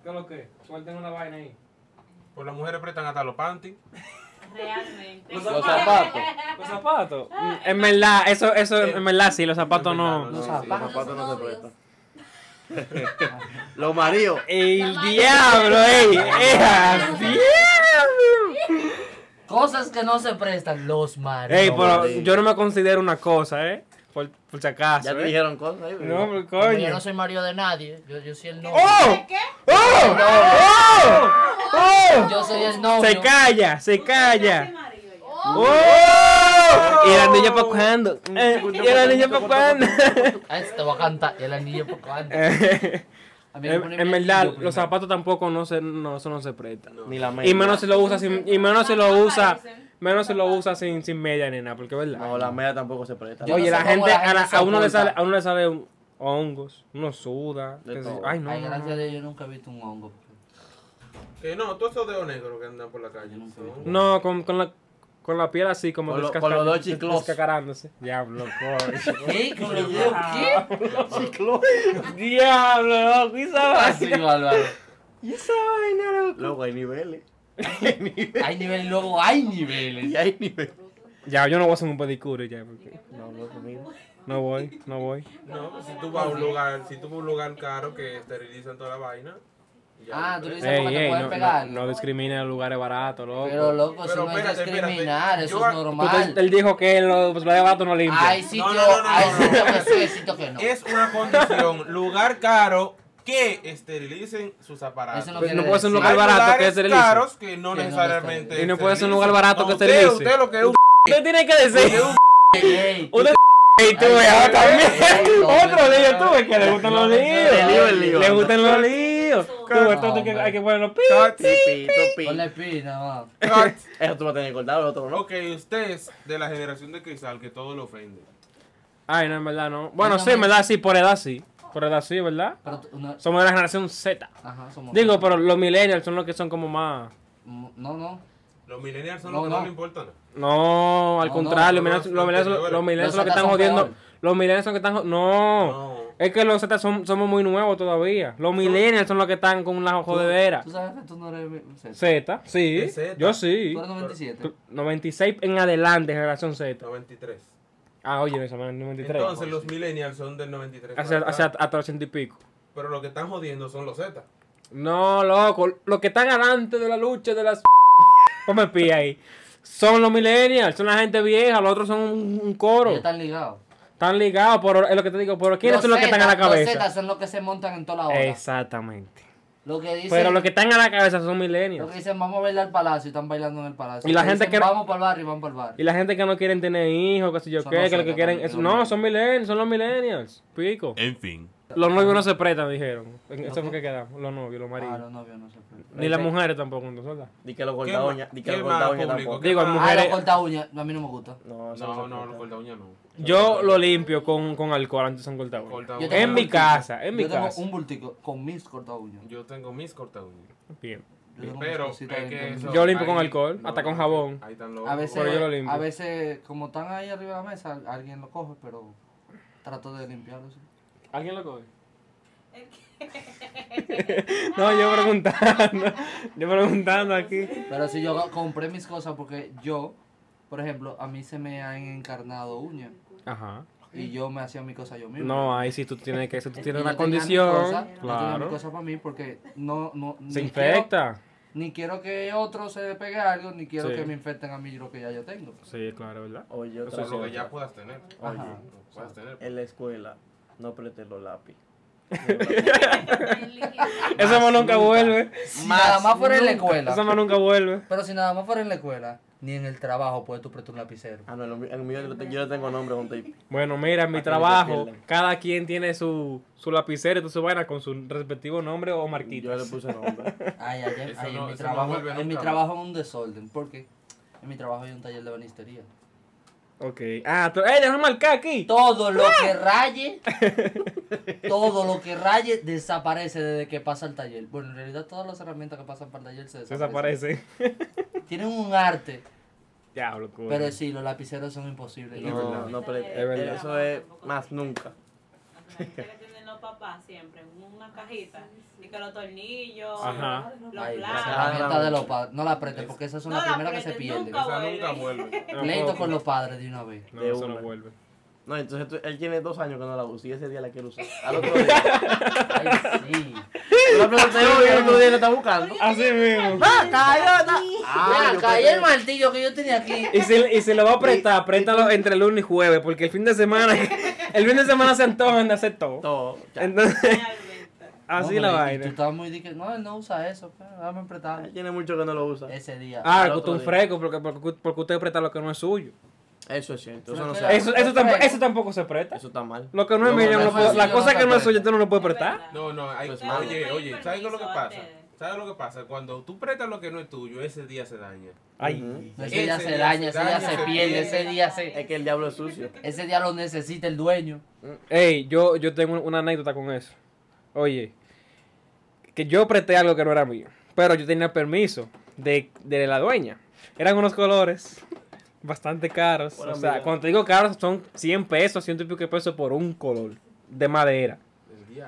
Speaker 4: ¿Qué es lo que? Suelten una vaina ahí.
Speaker 1: Pues las mujeres prestan hasta los panties.
Speaker 5: Realmente.
Speaker 4: Los
Speaker 2: zapatos.
Speaker 4: ¿Los zapatos? Mm, En verdad, eso, eso, en verdad, sí, los zapatos
Speaker 1: En verdad,
Speaker 4: no.
Speaker 3: Eh. Los
Speaker 1: sí,
Speaker 2: Los
Speaker 3: zapatos.
Speaker 2: zapatos no se
Speaker 5: novios.
Speaker 2: prestan. [laughs] Los maridos.
Speaker 4: El diablo, ey, ¡Ea! diablo.
Speaker 3: Cosas que no se prestan, los mares.
Speaker 4: Ey,
Speaker 2: No,
Speaker 4: pero
Speaker 2: marido.
Speaker 4: yo no me considero una cosa, ¿eh? Por, por si acaso.
Speaker 2: Ya te
Speaker 4: ¿eh?
Speaker 2: dijeron cosas ahí.
Speaker 4: No,
Speaker 2: ¿verdad?
Speaker 4: pero
Speaker 3: Como Yo
Speaker 4: coño.
Speaker 3: no soy marido de nadie, yo, yo soy el novio.
Speaker 4: ¡Oh!
Speaker 5: ¿Qué?
Speaker 4: ¡Oh! ¡Oh! ¡Oh!
Speaker 3: Yo soy el novio.
Speaker 4: Se calla, se
Speaker 5: Casi
Speaker 4: calla.
Speaker 5: marido ya.
Speaker 4: ¡Oh! Y la niña pa' cuando. Eh, Y la niña pa' cuando.
Speaker 3: Ay, se te va a cantar. Y el anillo por cuando.
Speaker 4: Eh,
Speaker 3: A mí me
Speaker 4: En
Speaker 3: ponen
Speaker 4: en
Speaker 3: mi
Speaker 4: verdad,
Speaker 3: anillo
Speaker 4: los
Speaker 3: primero.
Speaker 4: zapatos tampoco no se, no, eso no se presta.
Speaker 2: Ni la media.
Speaker 4: Y menos si lo usa sin, y menos si lo usa,
Speaker 5: Aparecen.
Speaker 4: menos si lo usa sin, sin media ni nada, porque es verdad.
Speaker 2: No, la media tampoco se presta.
Speaker 3: Yo
Speaker 4: Oye,
Speaker 3: no
Speaker 4: la
Speaker 3: sé cómo
Speaker 4: gente,
Speaker 3: la
Speaker 4: a, la-
Speaker 3: gente
Speaker 4: a uno le
Speaker 3: soporta.
Speaker 4: sale, a uno le sale un- hongos, uno suda,
Speaker 2: De
Speaker 4: qué sé yo.
Speaker 2: todo.
Speaker 4: ay no,
Speaker 3: Ay,
Speaker 4: no,
Speaker 3: gracias a
Speaker 4: no.
Speaker 3: Dios, yo nunca he visto un hongo.
Speaker 1: Que no, todos esos dedos negros que andan por la calle.
Speaker 3: Yo no sé.
Speaker 1: son-
Speaker 4: No, con, con la con la piel así como
Speaker 2: Con lo-
Speaker 4: descasca-
Speaker 2: con los dos
Speaker 4: des-
Speaker 2: chiclos.
Speaker 4: descacarándose. Diablo, coño.
Speaker 3: ¿Qué? ¿Con los dedos? ¿Qué?
Speaker 2: Ciclo.
Speaker 4: Diablo, loco, ¿y esa
Speaker 3: Así,
Speaker 4: vaina?
Speaker 3: Álvaro.
Speaker 4: ¿Y [laughs] esa vaina, loco?
Speaker 2: Luego hay niveles.
Speaker 3: Hay niveles, luego hay niveles.
Speaker 2: Y hay niveles.
Speaker 4: Ya, yo no voy a hacer un pedicure ya, porque
Speaker 2: No, no, comida.
Speaker 4: no voy, no voy.
Speaker 1: No, pues, si tú vas a un lugar, si tú vas a un lugar caro que esterilizan toda la vaina. ya
Speaker 3: Ah,
Speaker 1: no
Speaker 3: tú
Speaker 1: te-
Speaker 3: le dices
Speaker 4: Ey,
Speaker 3: como que te
Speaker 4: ey,
Speaker 3: pueden
Speaker 4: no,
Speaker 3: pegar.
Speaker 4: no, no discrimina lugares baratos, loco.
Speaker 3: Pero loco,
Speaker 1: Pero
Speaker 3: eso no es
Speaker 1: espérate, espérate.
Speaker 3: discriminar, eso
Speaker 1: Yo a-
Speaker 3: es
Speaker 4: Tú
Speaker 1: tú
Speaker 4: te-
Speaker 3: normal.
Speaker 4: él dijo que los lugares baratos no limpian.
Speaker 3: Hay
Speaker 1: no,
Speaker 3: sitios
Speaker 1: no, no,
Speaker 3: hay
Speaker 1: no. Eh,
Speaker 3: sitio que sí, hay sitios que no.
Speaker 1: Es una
Speaker 3: [laughs]
Speaker 1: condición, lugar caro que esterilicen sus aparatos.
Speaker 3: Eso
Speaker 4: Pues
Speaker 3: quiere
Speaker 4: no puede ser un lugar
Speaker 3: decir.
Speaker 1: Hay
Speaker 4: barato que
Speaker 1: lugares
Speaker 4: es esterilice.
Speaker 1: caros que no
Speaker 3: Que no
Speaker 1: necesariamente.
Speaker 4: Y no puede ser un
Speaker 1: esterilicen.
Speaker 4: lugar barato que
Speaker 1: No,
Speaker 4: esterilice.
Speaker 1: Usted, usted lo que es un.
Speaker 4: Usted tiene que decir.
Speaker 3: [laughs] Ey,
Speaker 4: Usted y tú,
Speaker 3: Ay,
Speaker 4: ahora
Speaker 3: ay,
Speaker 4: también.
Speaker 3: ay, ay,
Speaker 4: [laughs] Otro
Speaker 3: ay,
Speaker 4: lío, tú,
Speaker 3: ay,
Speaker 4: es que le gustan
Speaker 3: ay,
Speaker 4: los
Speaker 3: ay, ay,
Speaker 2: lío, el
Speaker 4: líos.
Speaker 2: lío.
Speaker 4: Le gustan los líos. Tú,
Speaker 5: No,
Speaker 4: entonces que
Speaker 3: hombre.
Speaker 4: hay que poner los
Speaker 2: Tot,
Speaker 4: pits.
Speaker 2: tipi, topi.
Speaker 3: Con la espina, va.
Speaker 2: Eso tú vas a tener que cortar,
Speaker 4: [laughs]
Speaker 2: el otro no.
Speaker 1: [laughs] Ok, usted es de la generación de cristal que todo lo ofende.
Speaker 4: Ay, no, en verdad no. Bueno,
Speaker 3: Yo
Speaker 4: sí, en
Speaker 3: también.
Speaker 4: verdad sí, por edad sí. Por edad sí, ¿verdad?
Speaker 3: Pero tú- no-
Speaker 4: Somos de la generación Z.
Speaker 3: Ajá, somos. Mm,
Speaker 4: Digo, pero los millennials son los que son como más.
Speaker 3: No, no.
Speaker 1: Los millennials son
Speaker 3: No,
Speaker 1: los que
Speaker 3: no.
Speaker 1: no le importan. nada.
Speaker 4: No, al
Speaker 3: No, no,
Speaker 4: contrario,
Speaker 1: no,
Speaker 4: los millennials-
Speaker 1: no,
Speaker 4: los millennials
Speaker 1: no,
Speaker 4: son-
Speaker 1: no,
Speaker 4: los millennials son los que están
Speaker 3: los Zetas son
Speaker 4: jodiendo.
Speaker 3: peor.
Speaker 4: Los millennials son los que están. jo- No.
Speaker 1: No.
Speaker 4: Es que los Z son, somos muy nuevos todavía. Los millennials son los que están con la jodedera.
Speaker 3: Tú sabes que tú no eres. mi- Zeta.
Speaker 4: Z, Pues sí.
Speaker 1: Es Zeta.
Speaker 4: Yo sí.
Speaker 3: Tú eres 97.
Speaker 4: 96 en adelante, generación Z.
Speaker 1: 93.
Speaker 4: Ah, oye, esa man, 93.
Speaker 1: Entonces los millennials son del 93. para
Speaker 4: hacia,
Speaker 1: acá.
Speaker 4: hacia hasta 80 y pico.
Speaker 1: Pero lo que están jodiendo son los Z.
Speaker 4: No, loco. Los que están adelante de la lucha de las. [laughs] Ponme pie ahí. Son los millennials, son la gente vieja, los otros son un, un coro.
Speaker 3: Ya están ligados.
Speaker 4: Están ligados, por es lo que te digo, pero ¿quiénes son los que están a la
Speaker 3: Los
Speaker 4: cabeza?
Speaker 3: Zetas son los que se montan en toda la hora.
Speaker 4: Exactamente.
Speaker 3: Lo que dicen,
Speaker 4: Pero los que están a la cabeza son
Speaker 3: lo
Speaker 4: millennials.
Speaker 3: que dicen, vamos a bailar al palacio, y están bailando en el palacio.
Speaker 4: Y la
Speaker 3: Los
Speaker 4: gente
Speaker 3: dicen,
Speaker 4: que-
Speaker 3: Vamos para el barrio, vamos para el
Speaker 4: Y
Speaker 3: barrio.
Speaker 4: la gente que no quieren tener hijos, qué sé yo
Speaker 3: Son
Speaker 4: qué,
Speaker 3: los
Speaker 4: que lo que
Speaker 3: Zetas
Speaker 4: quieren
Speaker 3: también,
Speaker 4: es...
Speaker 3: los
Speaker 4: No,
Speaker 3: millennials.
Speaker 4: son millennials, son los millennials. Pico.
Speaker 6: En fin.
Speaker 4: Los novios no se prestan, dijeron. En- Eso fue que quedamos, los novios, los maridos.
Speaker 3: Ah, los novios no se pueden.
Speaker 4: Ni las mujeres tampoco, entonces, ¿verdad?
Speaker 2: Di que los
Speaker 1: ¿Qué
Speaker 2: corta
Speaker 1: ma-
Speaker 2: uña, di que
Speaker 1: qué
Speaker 2: los
Speaker 1: más
Speaker 2: corta uña
Speaker 1: público?
Speaker 2: tampoco.
Speaker 1: ¿Qué
Speaker 4: Digo,
Speaker 1: más?
Speaker 4: mujer-
Speaker 3: Ah,
Speaker 4: Mujeres-
Speaker 3: los corta uñas, a mí no me gusta.
Speaker 2: No, eso
Speaker 1: No,
Speaker 2: no,
Speaker 1: no, los
Speaker 2: no.
Speaker 1: corta uña no.
Speaker 4: Yo lo limpio con, con alcohol, antes son cortados.
Speaker 1: Corta
Speaker 3: Yo
Speaker 1: uña.
Speaker 3: tengo
Speaker 4: En mi
Speaker 3: un
Speaker 4: casa,
Speaker 3: bultico.
Speaker 4: en mi
Speaker 3: Yo tengo
Speaker 4: casa.
Speaker 3: un bultico con mis corta uñas.
Speaker 1: Yo tengo mis corta uñas.
Speaker 4: Bien.
Speaker 3: Yo tengo unas
Speaker 1: Pero es
Speaker 3: cositas ahí
Speaker 1: que
Speaker 3: con-
Speaker 1: eso-
Speaker 4: Yo limpio con
Speaker 1: ahí-
Speaker 4: alcohol, hasta con jabón.
Speaker 1: Ahí están los
Speaker 3: A veces,
Speaker 4: Pero yo lo limpio.
Speaker 3: a veces, como están ahí arriba de la mesa, alguien lo coge, pero trato de limpiarlo. sí.
Speaker 4: ¿Alguien lo coge? [laughs] No, yo preguntando. Yo preguntando aquí.
Speaker 3: Pero si yo co- compré mis cosas porque yo, por ejemplo, a mí se me han encarnado uñas
Speaker 4: Ajá.
Speaker 3: y yo me hacía mi cosa yo mismo.
Speaker 4: No, ahí sí tú tienes que, eso tú
Speaker 3: Y yo
Speaker 4: tienes una
Speaker 3: tenía mis cosas,
Speaker 4: condición,
Speaker 3: yo tenía mis
Speaker 4: claro.
Speaker 3: cosas para mí porque no, no
Speaker 4: Se
Speaker 3: ni quiero-
Speaker 4: infecta.
Speaker 3: ni quiero que otro se le pegue algo, ni quiero
Speaker 4: Sí.
Speaker 3: que me infecten a mí lo que ya yo tengo.
Speaker 4: Sí, claro, ¿verdad?
Speaker 2: Oye,
Speaker 4: Eso
Speaker 2: otra
Speaker 1: Por lo que
Speaker 2: cosa.
Speaker 1: ya puedas tener.
Speaker 3: Ajá.
Speaker 1: Lo que Puedas tener.
Speaker 2: En la escuela, no preste los lápiz.
Speaker 5: [laughs]
Speaker 3: Ah,
Speaker 4: Esa más nunca vuelve.
Speaker 3: Si nada más Ah, fuera en la
Speaker 4: Esa
Speaker 3: escuela.
Speaker 4: más nunca vuelve.
Speaker 3: Pero si nada más fuera en la escuela, ni en el trabajo puedes tú prestar un lapicero.
Speaker 2: Ah, no, el mío- el mío yo le te- yo le tengo nombre con tape.
Speaker 4: Bueno, mira, en mi
Speaker 2: Para que no se
Speaker 4: trabajo,
Speaker 2: pierdan.
Speaker 4: cada quien tiene su, su lapicero y toda su vaina con su respectivo nombre o
Speaker 2: Yo
Speaker 4: marquita.
Speaker 2: le puse nombre.
Speaker 4: [laughs]
Speaker 3: Ay, ayer,
Speaker 1: Eso
Speaker 3: ay,
Speaker 1: no-
Speaker 3: en mi
Speaker 1: eso no
Speaker 3: trabajo,
Speaker 1: vuelve
Speaker 3: en mi
Speaker 1: nunca.
Speaker 3: trabajo es un desorden, porque en mi trabajo hay un taller de banistería.
Speaker 4: Ok. Ah, tú, ¡eh, déjame marcar aquí!
Speaker 3: Todo lo
Speaker 5: ¡Ah!
Speaker 3: que
Speaker 5: [laughs]
Speaker 3: raye, todo lo que raye desaparece desde que pasa el taller. Bueno, en realidad todas las herramientas que pasan para el taller se
Speaker 4: Se
Speaker 3: desaparecen.
Speaker 4: desaparece.
Speaker 3: Tienen un arte,
Speaker 4: Diablo, culo.
Speaker 3: pero sí, los lapiceros son imposibles.
Speaker 1: No,
Speaker 2: No,
Speaker 1: verdad.
Speaker 2: no preste.
Speaker 5: Es
Speaker 4: verdad.
Speaker 2: Eso es más nunca.
Speaker 5: que tienen los papás siempre,
Speaker 6: Ah,
Speaker 5: una cajita, y que los tornillos,
Speaker 4: Ajá.
Speaker 5: los
Speaker 3: Ay, las
Speaker 5: platos.
Speaker 3: herramientas de los padres, no las apretes porque esas son
Speaker 5: No
Speaker 3: las
Speaker 5: las
Speaker 3: primeras que se
Speaker 5: apretes
Speaker 3: pierden.
Speaker 5: nunca.
Speaker 1: Esa
Speaker 4: [laughs]
Speaker 1: nunca vuelve.
Speaker 4: No,
Speaker 3: Pleito
Speaker 4: no,
Speaker 3: con los padres de una vez.
Speaker 4: No,
Speaker 2: de
Speaker 4: eso no
Speaker 2: una.
Speaker 4: vuelve.
Speaker 2: No, entonces tú- él tiene dos años que no la usa y ese día la quiere usar. Al otro día.
Speaker 3: Ay, sí.
Speaker 2: Una pregunta yo y al otro día la está buscando.
Speaker 4: Así mismo.
Speaker 2: ¡Ah, cayó! está- Ah,
Speaker 3: Mira,
Speaker 2: yo
Speaker 3: cayó
Speaker 2: pensé-
Speaker 3: el martillo que yo tenía aquí.
Speaker 4: Y se, y se lo va a apretar, apriétalo entre lunes y jueves, porque el fin de semana, el fin de semana se antojan de hacer todo.
Speaker 2: Todo. Ya.
Speaker 4: Entonces, [laughs]
Speaker 5: Realmente.
Speaker 2: Ah,
Speaker 4: así
Speaker 3: No,
Speaker 4: la
Speaker 3: pero y- y Tú
Speaker 4: vaina.
Speaker 3: estabas muy de que, no, él no usa eso, pero dame apretar.
Speaker 2: Él tiene mucho que no lo usa.
Speaker 3: Ese día.
Speaker 4: Ah,
Speaker 2: al
Speaker 4: que usted
Speaker 2: otro
Speaker 4: un
Speaker 2: día.
Speaker 4: fresco, porque, porque, porque usted presta lo que no es suyo.
Speaker 2: Eso es cierto. Eso
Speaker 3: Pero
Speaker 2: no
Speaker 3: que-
Speaker 2: se hace.
Speaker 4: Eso, eso, tampo-
Speaker 3: fresco.
Speaker 4: eso tampoco se presta.
Speaker 2: Eso está mal.
Speaker 4: Lo que no es
Speaker 2: No,
Speaker 4: mío,
Speaker 2: no,
Speaker 4: no
Speaker 2: no,
Speaker 4: puedo-
Speaker 2: eso
Speaker 4: la
Speaker 3: sí,
Speaker 4: cosa
Speaker 3: no
Speaker 4: que no es
Speaker 3: se
Speaker 4: suya, usted no lo puede
Speaker 5: Es
Speaker 4: prestar.
Speaker 5: verdad.
Speaker 1: No, no, hay,
Speaker 2: Pues,
Speaker 5: madre.
Speaker 1: oye, oye, ¿sabes qué es lo que
Speaker 5: Permiso a
Speaker 1: pasa?
Speaker 5: ustedes.
Speaker 1: ¿Sabes lo que pasa? Cuando tú prestas lo que no es tuyo, ese día se daña.
Speaker 4: Ay.
Speaker 3: Ese día
Speaker 1: Ese
Speaker 3: se
Speaker 1: día
Speaker 3: daña, ese día se pierde, ese día
Speaker 2: Es
Speaker 3: se.
Speaker 2: que el diablo es sucio.
Speaker 3: Ese día lo necesita el dueño.
Speaker 4: Ey, yo, yo tengo una anécdota con eso. Oye, que yo presté algo que no era mío, pero yo tenía permiso de, de la dueña. Eran unos colores bastante caros.
Speaker 2: Hola,
Speaker 4: o sea,
Speaker 2: amiga.
Speaker 4: cuando te digo caros, son 100 pesos, 100 y pico de pesos por un color de madera.
Speaker 1: El DH.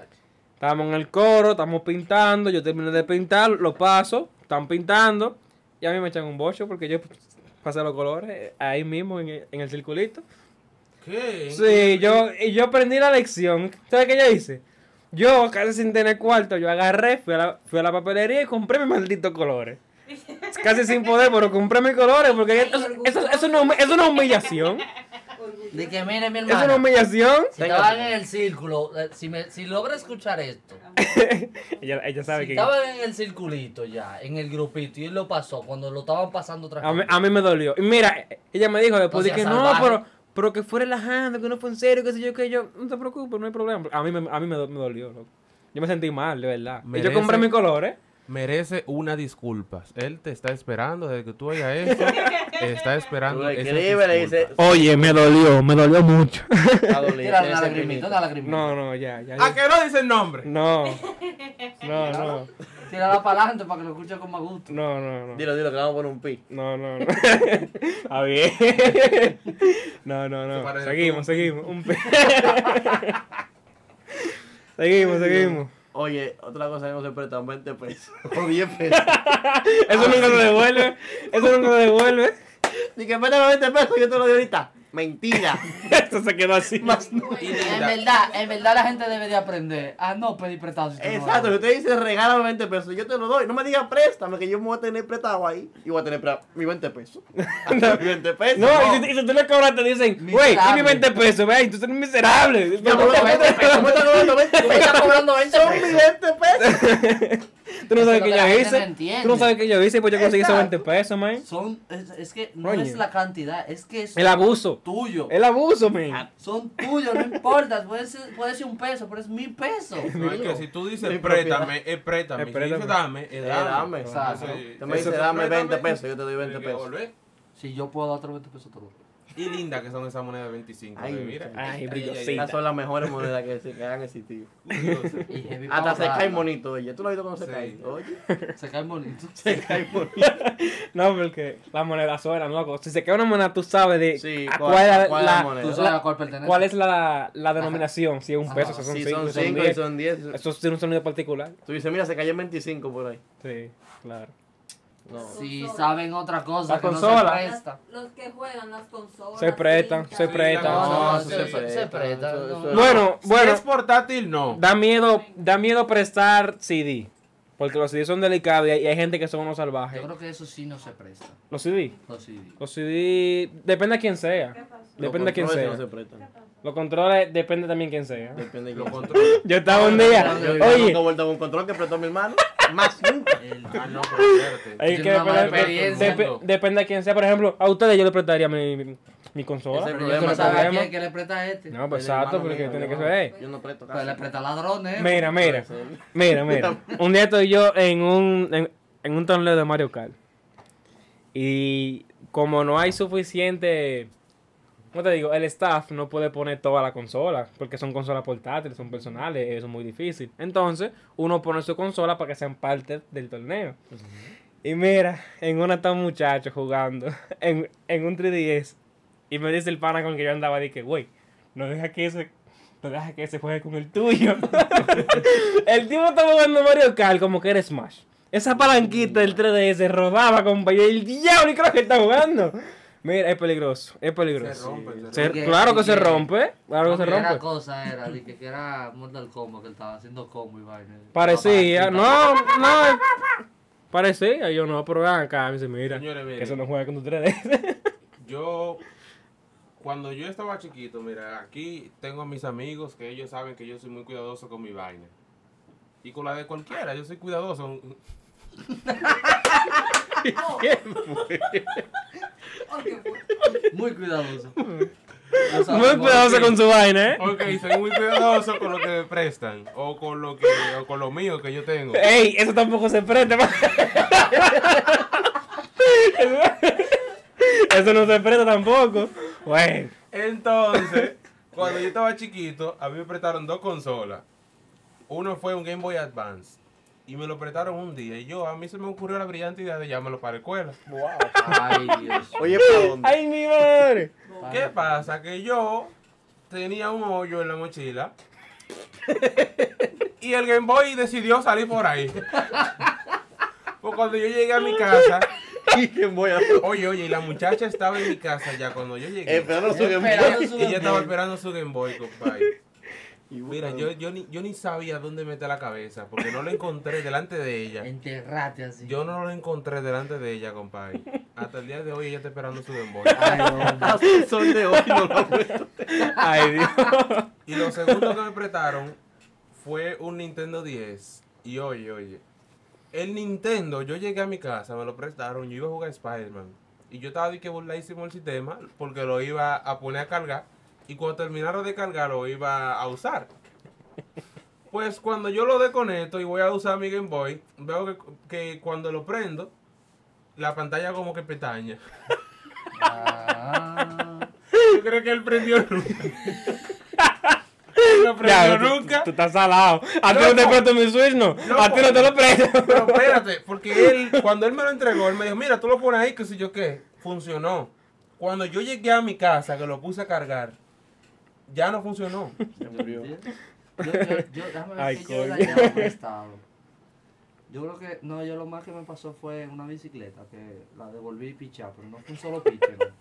Speaker 4: Estábamos en el coro, estamos pintando, yo terminé de pintar, lo paso, están pintando, y a mí me echan un bocho porque yo pasé los colores eh, ahí mismo en el- en el circulito.
Speaker 1: ¿Qué?
Speaker 4: Sí, yo, y yo aprendí la lección. ¿Sabes qué yo hice? Yo, casi sin tener cuarto, yo agarré, fui a la, fui a la papelería y compré mis malditos colores. Casi sin poder, pero compré mis colores porque eso, eso, eso no, es una humillación.
Speaker 3: De que mire, mi
Speaker 4: Es una
Speaker 3: hermano.
Speaker 4: humillación.
Speaker 3: Si estaban en el círculo, eh, si, me, si logra escuchar esto,
Speaker 4: Ella, ella sabe
Speaker 3: si
Speaker 4: que...
Speaker 3: estaban en el circulito ya, en el grupito, y él lo pasó cuando lo estaban pasando otra
Speaker 4: A mí,
Speaker 3: vez.
Speaker 4: a mí me dolió. Y mira, ella me dijo después de
Speaker 3: Entonces,
Speaker 4: que no,
Speaker 3: salvaje.
Speaker 4: pero, pero que fue relajando, que no fue en serio, que sé yo, que yo, no te preocupes, no hay problema. A mí me, a mí me, do- me dolió, loco. Yo me sentí mal, de verdad. Y yo
Speaker 1: Merece-
Speaker 4: compré mis colores.
Speaker 1: Merece una disculpa. Él te está esperando desde que tú hayas eso. está
Speaker 2: Tú
Speaker 1: esperando.
Speaker 2: le escribes, le dices.
Speaker 4: Oye, me dolió, me dolió mucho.
Speaker 2: "Está dolido,
Speaker 3: Tira una
Speaker 2: tiene ese
Speaker 3: lagrimita,
Speaker 2: pinito".
Speaker 4: Ah,
Speaker 3: una lagrimita.
Speaker 4: No, no, ya, ya.
Speaker 1: ¿A
Speaker 4: ya.
Speaker 1: qué no dice el nombre?
Speaker 4: No. No, no.
Speaker 3: Tírala para adelante para que lo escuche con más gusto.
Speaker 4: No, no, no.
Speaker 2: Dilo, dilo, que vamos a poner un pi.
Speaker 4: No, no, no. [laughs] Ah, bien. No, no,
Speaker 1: Se
Speaker 4: no.
Speaker 1: parece
Speaker 4: Seguimos,
Speaker 1: tú.
Speaker 4: seguimos. Un pe- [laughs] seguimos, seguimos.
Speaker 2: Oye, otra cosa que no se presta, 20 [laughs] pesos o 10 pesos.
Speaker 4: Eso nunca lo devuelve. Eso nunca lo devuelve.
Speaker 2: Dije, préstame 20 pesos, yo te lo doy ahorita. [laughs] Mentira.
Speaker 4: [laughs] Esto se quedó así.
Speaker 2: Más no.
Speaker 3: En verdad, en verdad la gente debe de aprender a no pedir prestado. si tú no
Speaker 2: Exacto, si
Speaker 3: vas.
Speaker 2: usted dice regálame 20 pesos, yo te lo doy. No me diga préstame, que yo me voy a tener prestado ahí y voy a tener pre- mi 20 [laughs] pesos. Mi 20 pesos.
Speaker 4: No, y si- y si tú no cobras, te dicen, güey, y mi
Speaker 3: Miserable.
Speaker 4: 20 pesos, güey, tú eres un miserable.
Speaker 2: Ya, pero los 20 pesos, [laughs] ¿cómo está cobrando 20
Speaker 3: Tú me estás
Speaker 2: pesos?
Speaker 3: cobrando 20
Speaker 2: Son mis
Speaker 3: pesos.
Speaker 2: 20 pesos.
Speaker 4: Tú no sabes qué
Speaker 3: Eso es lo que la
Speaker 4: yo
Speaker 3: gente no
Speaker 4: hice.
Speaker 3: entiende.
Speaker 4: Tú no sabes qué yo hice, pues yo conseguí esos
Speaker 2: Exacto.
Speaker 4: 20 pesos, man.
Speaker 3: Son, es, es que no
Speaker 4: Coño.
Speaker 3: es la cantidad, es que es
Speaker 4: El abuso.
Speaker 3: tuyo.
Speaker 4: El abuso,
Speaker 3: Ah,
Speaker 4: man.
Speaker 3: Son tuyos, no importa. Puede ser, puede ser un peso, pero es mil pesos.
Speaker 1: No, es que si tú dices
Speaker 2: Mi propiedad.
Speaker 1: préstame, es préstame. Si
Speaker 4: Préstame.
Speaker 1: dices dame, es dame.
Speaker 2: Eh, dame, exacto.
Speaker 1: Entonces,
Speaker 2: Tú me
Speaker 1: eso
Speaker 2: dices,
Speaker 1: es
Speaker 2: dame
Speaker 1: préstame,
Speaker 2: 20 pesos, yo te doy 20
Speaker 1: tienes que
Speaker 2: pesos.
Speaker 1: devolver.
Speaker 3: Si yo puedo darte 20 pesos, te lo doy.
Speaker 1: Y linda que son esas monedas de 25.
Speaker 2: Ay,
Speaker 1: eh, mira.
Speaker 2: muchacho.
Speaker 4: Ay,
Speaker 2: Esas
Speaker 4: brillosita.
Speaker 2: son las mejores monedas que, se- que han [laughs] existido.
Speaker 3: Y heavy
Speaker 2: Hasta se
Speaker 3: para
Speaker 2: cae
Speaker 3: ahorrar.
Speaker 2: monito, oye. ¿Tú lo has visto cuando se
Speaker 1: Sí.
Speaker 2: cae? Oye,
Speaker 3: Se caen bonitos.
Speaker 2: se [laughs] cae monito.
Speaker 4: No, porque las monedas suenan, loco. Si se queda una moneda, tú sabes de
Speaker 2: Sí,
Speaker 4: a
Speaker 2: cuál-
Speaker 4: cuál, es la-
Speaker 2: cuál es la
Speaker 4: la-
Speaker 2: moneda.
Speaker 3: Tú
Speaker 4: la-
Speaker 3: sabes a cuál pertenece.
Speaker 4: cuál es la, la denominación. Si es un
Speaker 3: Ajá.
Speaker 4: peso, si son
Speaker 2: Si
Speaker 4: 5,
Speaker 2: son
Speaker 4: si son
Speaker 2: 5 y
Speaker 4: 10.
Speaker 2: son 10.
Speaker 4: Eso tiene un sonido particular.
Speaker 2: Tú dices, mira, se cayó en 25 por ahí.
Speaker 4: Sí, claro.
Speaker 2: No.
Speaker 3: Si saben otra cosa,
Speaker 4: La
Speaker 3: que
Speaker 4: consola.
Speaker 3: no se presta.
Speaker 6: Los que juegan las consolas.
Speaker 4: Se prestan,
Speaker 6: cintas.
Speaker 4: se prestan.
Speaker 3: No,
Speaker 2: eso
Speaker 3: se-
Speaker 2: se
Speaker 3: se
Speaker 2: presta,
Speaker 3: presta,
Speaker 2: eso-
Speaker 3: no.
Speaker 2: eso-
Speaker 4: Bueno,
Speaker 1: Si
Speaker 4: bueno.
Speaker 1: es portátil, no.
Speaker 4: Da miedo, da miedo prestar CD. Porque los CD son delicados y hay, y hay gente que son unos salvajes.
Speaker 3: Yo creo que eso sí no se presta.
Speaker 4: Los CD.
Speaker 3: Los CD.
Speaker 4: Los CD. Depende de quién sea. Depende de
Speaker 2: Los
Speaker 4: quién
Speaker 2: controles
Speaker 4: sea.
Speaker 2: no se prestan.
Speaker 4: Los controles depende también quién sea.
Speaker 2: Depende de
Speaker 1: Lo
Speaker 2: quién sea.
Speaker 1: controla.
Speaker 4: Yo estaba un día.
Speaker 2: Yo yo
Speaker 4: Oye,
Speaker 2: nunca he vuelto a un control que prestó mi hermano. Más nunca.
Speaker 3: El-
Speaker 1: Ah, no, pero espérate.
Speaker 4: hay
Speaker 3: Yo
Speaker 4: que
Speaker 3: tengo una mala
Speaker 4: depender-
Speaker 3: experiencia.
Speaker 4: dep- depende de quién sea. Por ejemplo, a ustedes yo le prestaría mi, mi, mi
Speaker 2: Ese
Speaker 4: consola.
Speaker 3: Pero yo
Speaker 2: problema,
Speaker 3: no sabía a
Speaker 4: problema.
Speaker 3: quién que le presta a este.
Speaker 4: No, pues
Speaker 2: El hermano
Speaker 4: exacto, porque
Speaker 2: mío,
Speaker 4: tiene
Speaker 2: yo
Speaker 4: que
Speaker 2: no-
Speaker 4: ser.
Speaker 2: Yo no presto
Speaker 3: Pero le
Speaker 2: casi.
Speaker 3: presta a ladrones. ¿eh?
Speaker 4: Mira, mira.
Speaker 2: Puede ser.
Speaker 4: Mira,
Speaker 2: [laughs]
Speaker 4: mira. Un día estoy yo en un, en, en un torneo de Mario Kart. Y como no hay suficiente. ¿Cómo te digo? El staff no puede poner toda la consola. Porque son consolas portátiles, son personales, eso es muy difícil. Entonces, uno pone su consola para que sean parte del torneo. Y mira, en una está un muchacho jugando en, en un 3DS. Y me dice el pana con el que yo andaba, dije, güey, no deja que ese, no deja que ese juegue con el tuyo. [laughs] el tipo estaba jugando Mario Kart como que era Smash. Esa palanquita del 3DS rodaba, compañero. El diablo, y creo que está jugando. Mira, es peligroso, es
Speaker 1: Se
Speaker 4: peligroso.
Speaker 1: rompe.
Speaker 4: Se-
Speaker 1: Se
Speaker 3: rompe. Porque-
Speaker 4: claro que se
Speaker 3: porque-
Speaker 4: rompe, claro que se
Speaker 3: No, Era
Speaker 4: rompe.
Speaker 3: cosa, era, de que, que era Mortal Kombat, que él estaba haciendo combo y vaina.
Speaker 4: [laughs] Parecía, no, no. Parecía, yo no, pero vean acá, me dice, mira,
Speaker 1: Señores, miren.
Speaker 4: que eso no juega con tu 3DS.
Speaker 1: Yo, cuando yo estaba chiquito, mira, aquí tengo a mis amigos que ellos saben que yo soy muy cuidadoso con mi vaina. Y con la de cualquiera, yo soy cuidadoso.
Speaker 6: Ay, qué fuerte.
Speaker 3: Muy
Speaker 4: [laughs]
Speaker 3: cuidadoso.
Speaker 4: Muy cuidadoso con su vaina, eh.
Speaker 1: Ok, soy muy cuidadoso con lo que me prestan. O con lo que, o con lo mío que yo tengo.
Speaker 4: Ey, eso tampoco se prende, man. Eso no se prende tampoco. Bueno,
Speaker 1: Entonces, cuando yo estaba chiquito, a mí me prestaron dos consolas. Uno fue un Game Boy Advance. Y me lo prestaron un día. Y yo, a mí se me ocurrió la brillante idea de llamarlo para la escuela.
Speaker 3: Ay, Dios.
Speaker 2: Oye, ¿para dónde?
Speaker 4: ay, mi madre.
Speaker 1: ¿Qué pasa? Que yo tenía un hoyo en la mochila. y el Game Boy decidió salir por ahí. Pues cuando yo llegué a mi casa,
Speaker 2: ¿Y quién voy a
Speaker 1: oye, oye, y la muchacha estaba en mi casa ya cuando yo llegué.
Speaker 2: Esperando su Game Boy.
Speaker 3: Esperando su
Speaker 1: Ella estaba
Speaker 3: Game Boy.
Speaker 1: esperando su Game Boy, compadre.
Speaker 2: Y
Speaker 1: Mira, yo, yo, ni, yo ni sabía dónde meter la cabeza, porque no lo encontré delante de ella.
Speaker 3: Enterrate así.
Speaker 1: Yo no lo encontré delante de ella, compadre. Hasta el día de hoy ella está esperando su Game Boy.
Speaker 2: Ah, [laughs] Hasta el sol de hoy no lo ha puesto.
Speaker 4: Ay, Dios.
Speaker 1: Y lo segundo que me prestaron fue un Nintendo 10. Y oye, oye. El Nintendo, yo llegué a mi casa, me lo prestaron, yo iba a jugar a Spider-Man. Y yo estaba de que burladísimo el sistema porque lo iba a poner a cargar. Y cuando terminara de cargar, lo iba a usar. Pues cuando yo lo desconecto y voy a usar mi Game Boy, veo que, que cuando lo prendo, la pantalla como que pestaña. [laughs]
Speaker 3: Ah.
Speaker 1: Yo creo que [laughs] él prendió el luz. lo
Speaker 4: Ya,
Speaker 1: aprendió
Speaker 4: tú-
Speaker 1: nunca.
Speaker 4: Tú estás salado. A ti no te presto mi Switch, no. A ti no te lo presto.
Speaker 1: Pero espérate, porque él, cuando él me lo entregó, él me dijo, mira, tú lo pones ahí, que si yo qué. Funcionó. Cuando yo llegué a mi casa, que lo puse a cargar, ya no funcionó.
Speaker 3: Yo, yo- yo- déjame ver
Speaker 4: Ay,
Speaker 3: que yo la
Speaker 4: coño.
Speaker 3: llevo
Speaker 2: [laughs]
Speaker 3: prestado. Yo creo que, no, yo lo más que me pasó fue una bicicleta que la devolví pichada, pero no fue un solo piche,
Speaker 2: [laughs]
Speaker 3: no.
Speaker 4: [laughs]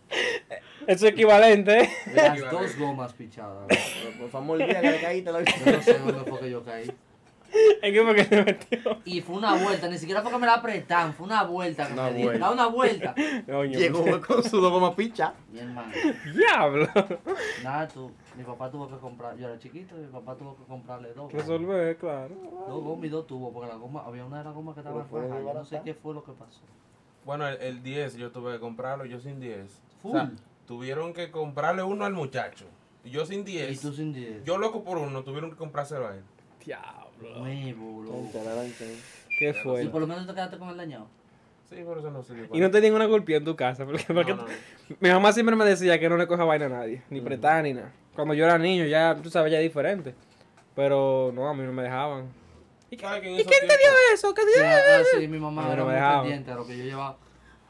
Speaker 4: Eso es equivalente, ¿eh?
Speaker 3: Las dos gomas pichadas. ¿no?
Speaker 2: Pero, Por favor, olvida que le caíste la
Speaker 3: Yo no sé dónde fue que yo caí.
Speaker 4: Es que porque te metió.
Speaker 3: Y fue una vuelta, ni siquiera fue que me la apretaron, fue una vuelta que
Speaker 2: Una
Speaker 3: me dieron.
Speaker 2: vuelta.
Speaker 3: Da una
Speaker 2: [laughs]
Speaker 3: vuelta.
Speaker 4: Coño,
Speaker 2: Llegó con su dos gomas picha.
Speaker 3: Mi hermano.
Speaker 4: Diablo.
Speaker 3: Nada, tú, mi papá tuvo que comprar, yo era chiquito, mi papá tuvo que comprarle dos. gomas.
Speaker 4: Resolver, claro.
Speaker 3: Dos gomas y dos tubos, porque la goma, había una de las gomas que estaba
Speaker 2: Pero fue
Speaker 3: rajada, yo no sé
Speaker 2: barata.
Speaker 3: qué fue lo que pasó.
Speaker 1: Bueno, el, el 10 yo tuve que comprarlo, yo sin 10.
Speaker 3: Full.
Speaker 1: O sea, tuvieron que comprarle uno al muchacho. Y yo sin
Speaker 3: Y tú
Speaker 1: 10.
Speaker 3: sin diez.
Speaker 1: Yo loco por uno, tuvieron que comprárselo a él.
Speaker 4: Diablo.
Speaker 3: Nuevo, loco.
Speaker 4: Qué
Speaker 3: Y
Speaker 4: fue.
Speaker 3: por lo menos te quedaste con el dañado.
Speaker 4: [laughs]
Speaker 1: Sí, pero eso no sirve. para
Speaker 4: Y no te ninguna culpa en tu casa. Porque, porque
Speaker 1: no.
Speaker 4: Mi mamá siempre me decía que no le coja vaina a nadie. Ni prestar ni nada. Cuando yo era niño, ya, tú sabes, ya es diferente. Pero no, a mí no me dejaban. ¿Y, qué-
Speaker 1: ¿Sabes que en
Speaker 4: ¿y
Speaker 1: esos
Speaker 4: quién te dio
Speaker 1: tiempos-
Speaker 4: eso? ¿Qué te
Speaker 3: Sí,
Speaker 4: dio?
Speaker 3: ah, sí, mi
Speaker 4: A
Speaker 3: mamá
Speaker 4: mí
Speaker 3: era
Speaker 4: no me
Speaker 3: muy
Speaker 4: dejaba.
Speaker 3: pendiente a lo que yo llevaba.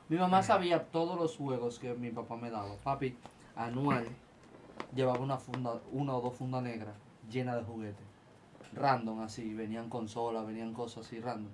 Speaker 3: Mi mamá sabía todos los juegos que mi papá me daba. Papi,
Speaker 4: [laughs]
Speaker 3: anual, llevaba una funda, una o dos fundas negras llenas de juguetes. Random, así. Venían consolas, venían cosas así, random.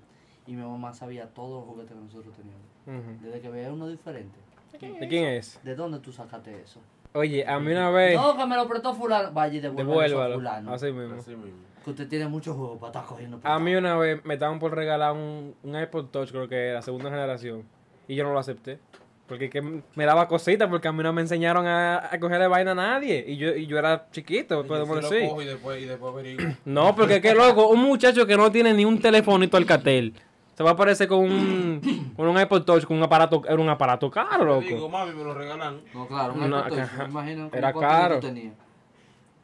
Speaker 3: Y mi mamá sabía todos los juguetes que nosotros teníamos.
Speaker 4: Ujú.
Speaker 3: Desde que veía uno diferente.
Speaker 4: ¿De quién es?
Speaker 3: ¿De dónde tú sacaste eso?
Speaker 4: Oye, a mí una vez.
Speaker 3: No, que me lo prestó fulano. Vaya y devuélvelo a
Speaker 4: Devuélvalo.
Speaker 3: fulano.
Speaker 4: Así mismo.
Speaker 1: Así mismo.
Speaker 3: Que usted tiene muchos juegos para estar cogiendo.
Speaker 4: A mí
Speaker 3: prestado.
Speaker 4: una vez me estaban por regalar un, un iPod Touch, creo que era, segunda generación. Y yo no lo acepté. Porque que me daba cositas, porque a mí no me enseñaron a, a cogerle vaina a nadie. Y yo, y yo era chiquito,
Speaker 1: Yo
Speaker 4: podemos
Speaker 1: sí lo
Speaker 4: decir.
Speaker 1: cojo y después, y después averiguo.
Speaker 4: No, porque qué loco, un muchacho que no tiene ni un telefonito Alcatel. Se va a aparecer con
Speaker 3: [clears throat]
Speaker 4: un, con un iPod Touch, con un aparato, era un aparato caro,
Speaker 1: Yo digo,
Speaker 4: loco.
Speaker 1: mami, me lo regalan.
Speaker 3: No, claro, un
Speaker 4: No,
Speaker 3: iPod Touch,
Speaker 4: ajá.
Speaker 3: me imagino
Speaker 4: Era
Speaker 3: cuántos años
Speaker 4: caro.
Speaker 3: tú tenías.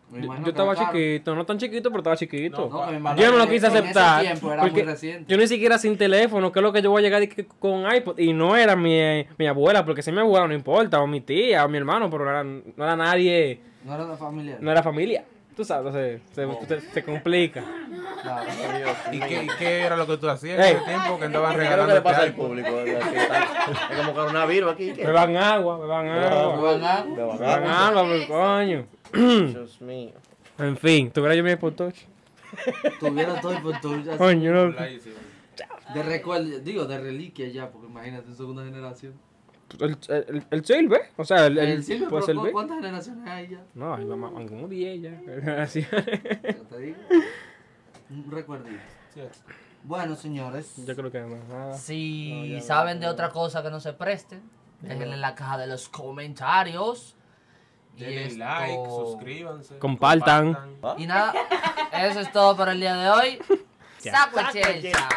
Speaker 3: Me
Speaker 4: Yo,
Speaker 3: imagino
Speaker 4: yo
Speaker 3: que
Speaker 4: estaba
Speaker 3: era caro.
Speaker 4: chiquito, no tan chiquito, pero estaba chiquito.
Speaker 3: No, que me imagino
Speaker 4: yo no lo
Speaker 3: que
Speaker 4: quise
Speaker 3: en ese
Speaker 4: aceptar.
Speaker 3: tiempo era muy
Speaker 4: porque
Speaker 3: reciente.
Speaker 4: yo ni siquiera sin teléfono, que es lo que yo voy a llegar y que- con iPod. Y no era mi, mi abuela, porque si mi abuela no importa, o mi tía, o mi hermano, pero no era, no era nadie,
Speaker 3: No era de familia.
Speaker 4: no era familia. Tú sabes, entonces se, se- se
Speaker 3: [laughs]
Speaker 4: complica.
Speaker 3: Claro.
Speaker 1: ¿Y qué, y qué era lo que tú hacías
Speaker 4: Ey.
Speaker 1: en ese tiempo que andabas
Speaker 2: ¿Qué es lo que le
Speaker 1: regalando?
Speaker 2: pasa al público? Es como coronavirus aquí. ¿qué? Ah,
Speaker 4: Beban agua, beban agua.
Speaker 3: Pero nada,
Speaker 4: Beban agua, pero coño.
Speaker 2: Dios mío.
Speaker 4: En fin, tuviera yo mi iPod Touch.
Speaker 3: tuvieron todo por tuya.
Speaker 4: Coño, loco.
Speaker 3: De recuerdo, digo, de reliquia ya, porque imagínate, en segunda generación.
Speaker 4: El, el, el silver, o sea, el, el,
Speaker 3: El Silver,
Speaker 4: pues
Speaker 3: pero
Speaker 4: el
Speaker 3: ¿cu-
Speaker 4: B.
Speaker 3: ¿cuántas generaciones hay ya?
Speaker 4: No, hay mamá, van como 10 ya. [laughs] Así.
Speaker 3: Ya te digo. Un recuerdito. Bueno, señores.
Speaker 4: Yo creo que más nada.
Speaker 3: Si saben de otra cosa que no se presten, déjenla en la caja de los comentarios. Y
Speaker 1: Denle
Speaker 3: esto-
Speaker 1: like, suscríbanse.
Speaker 4: Compartan.
Speaker 3: Y nada, eso es todo por el día de hoy. Saco el chelcha.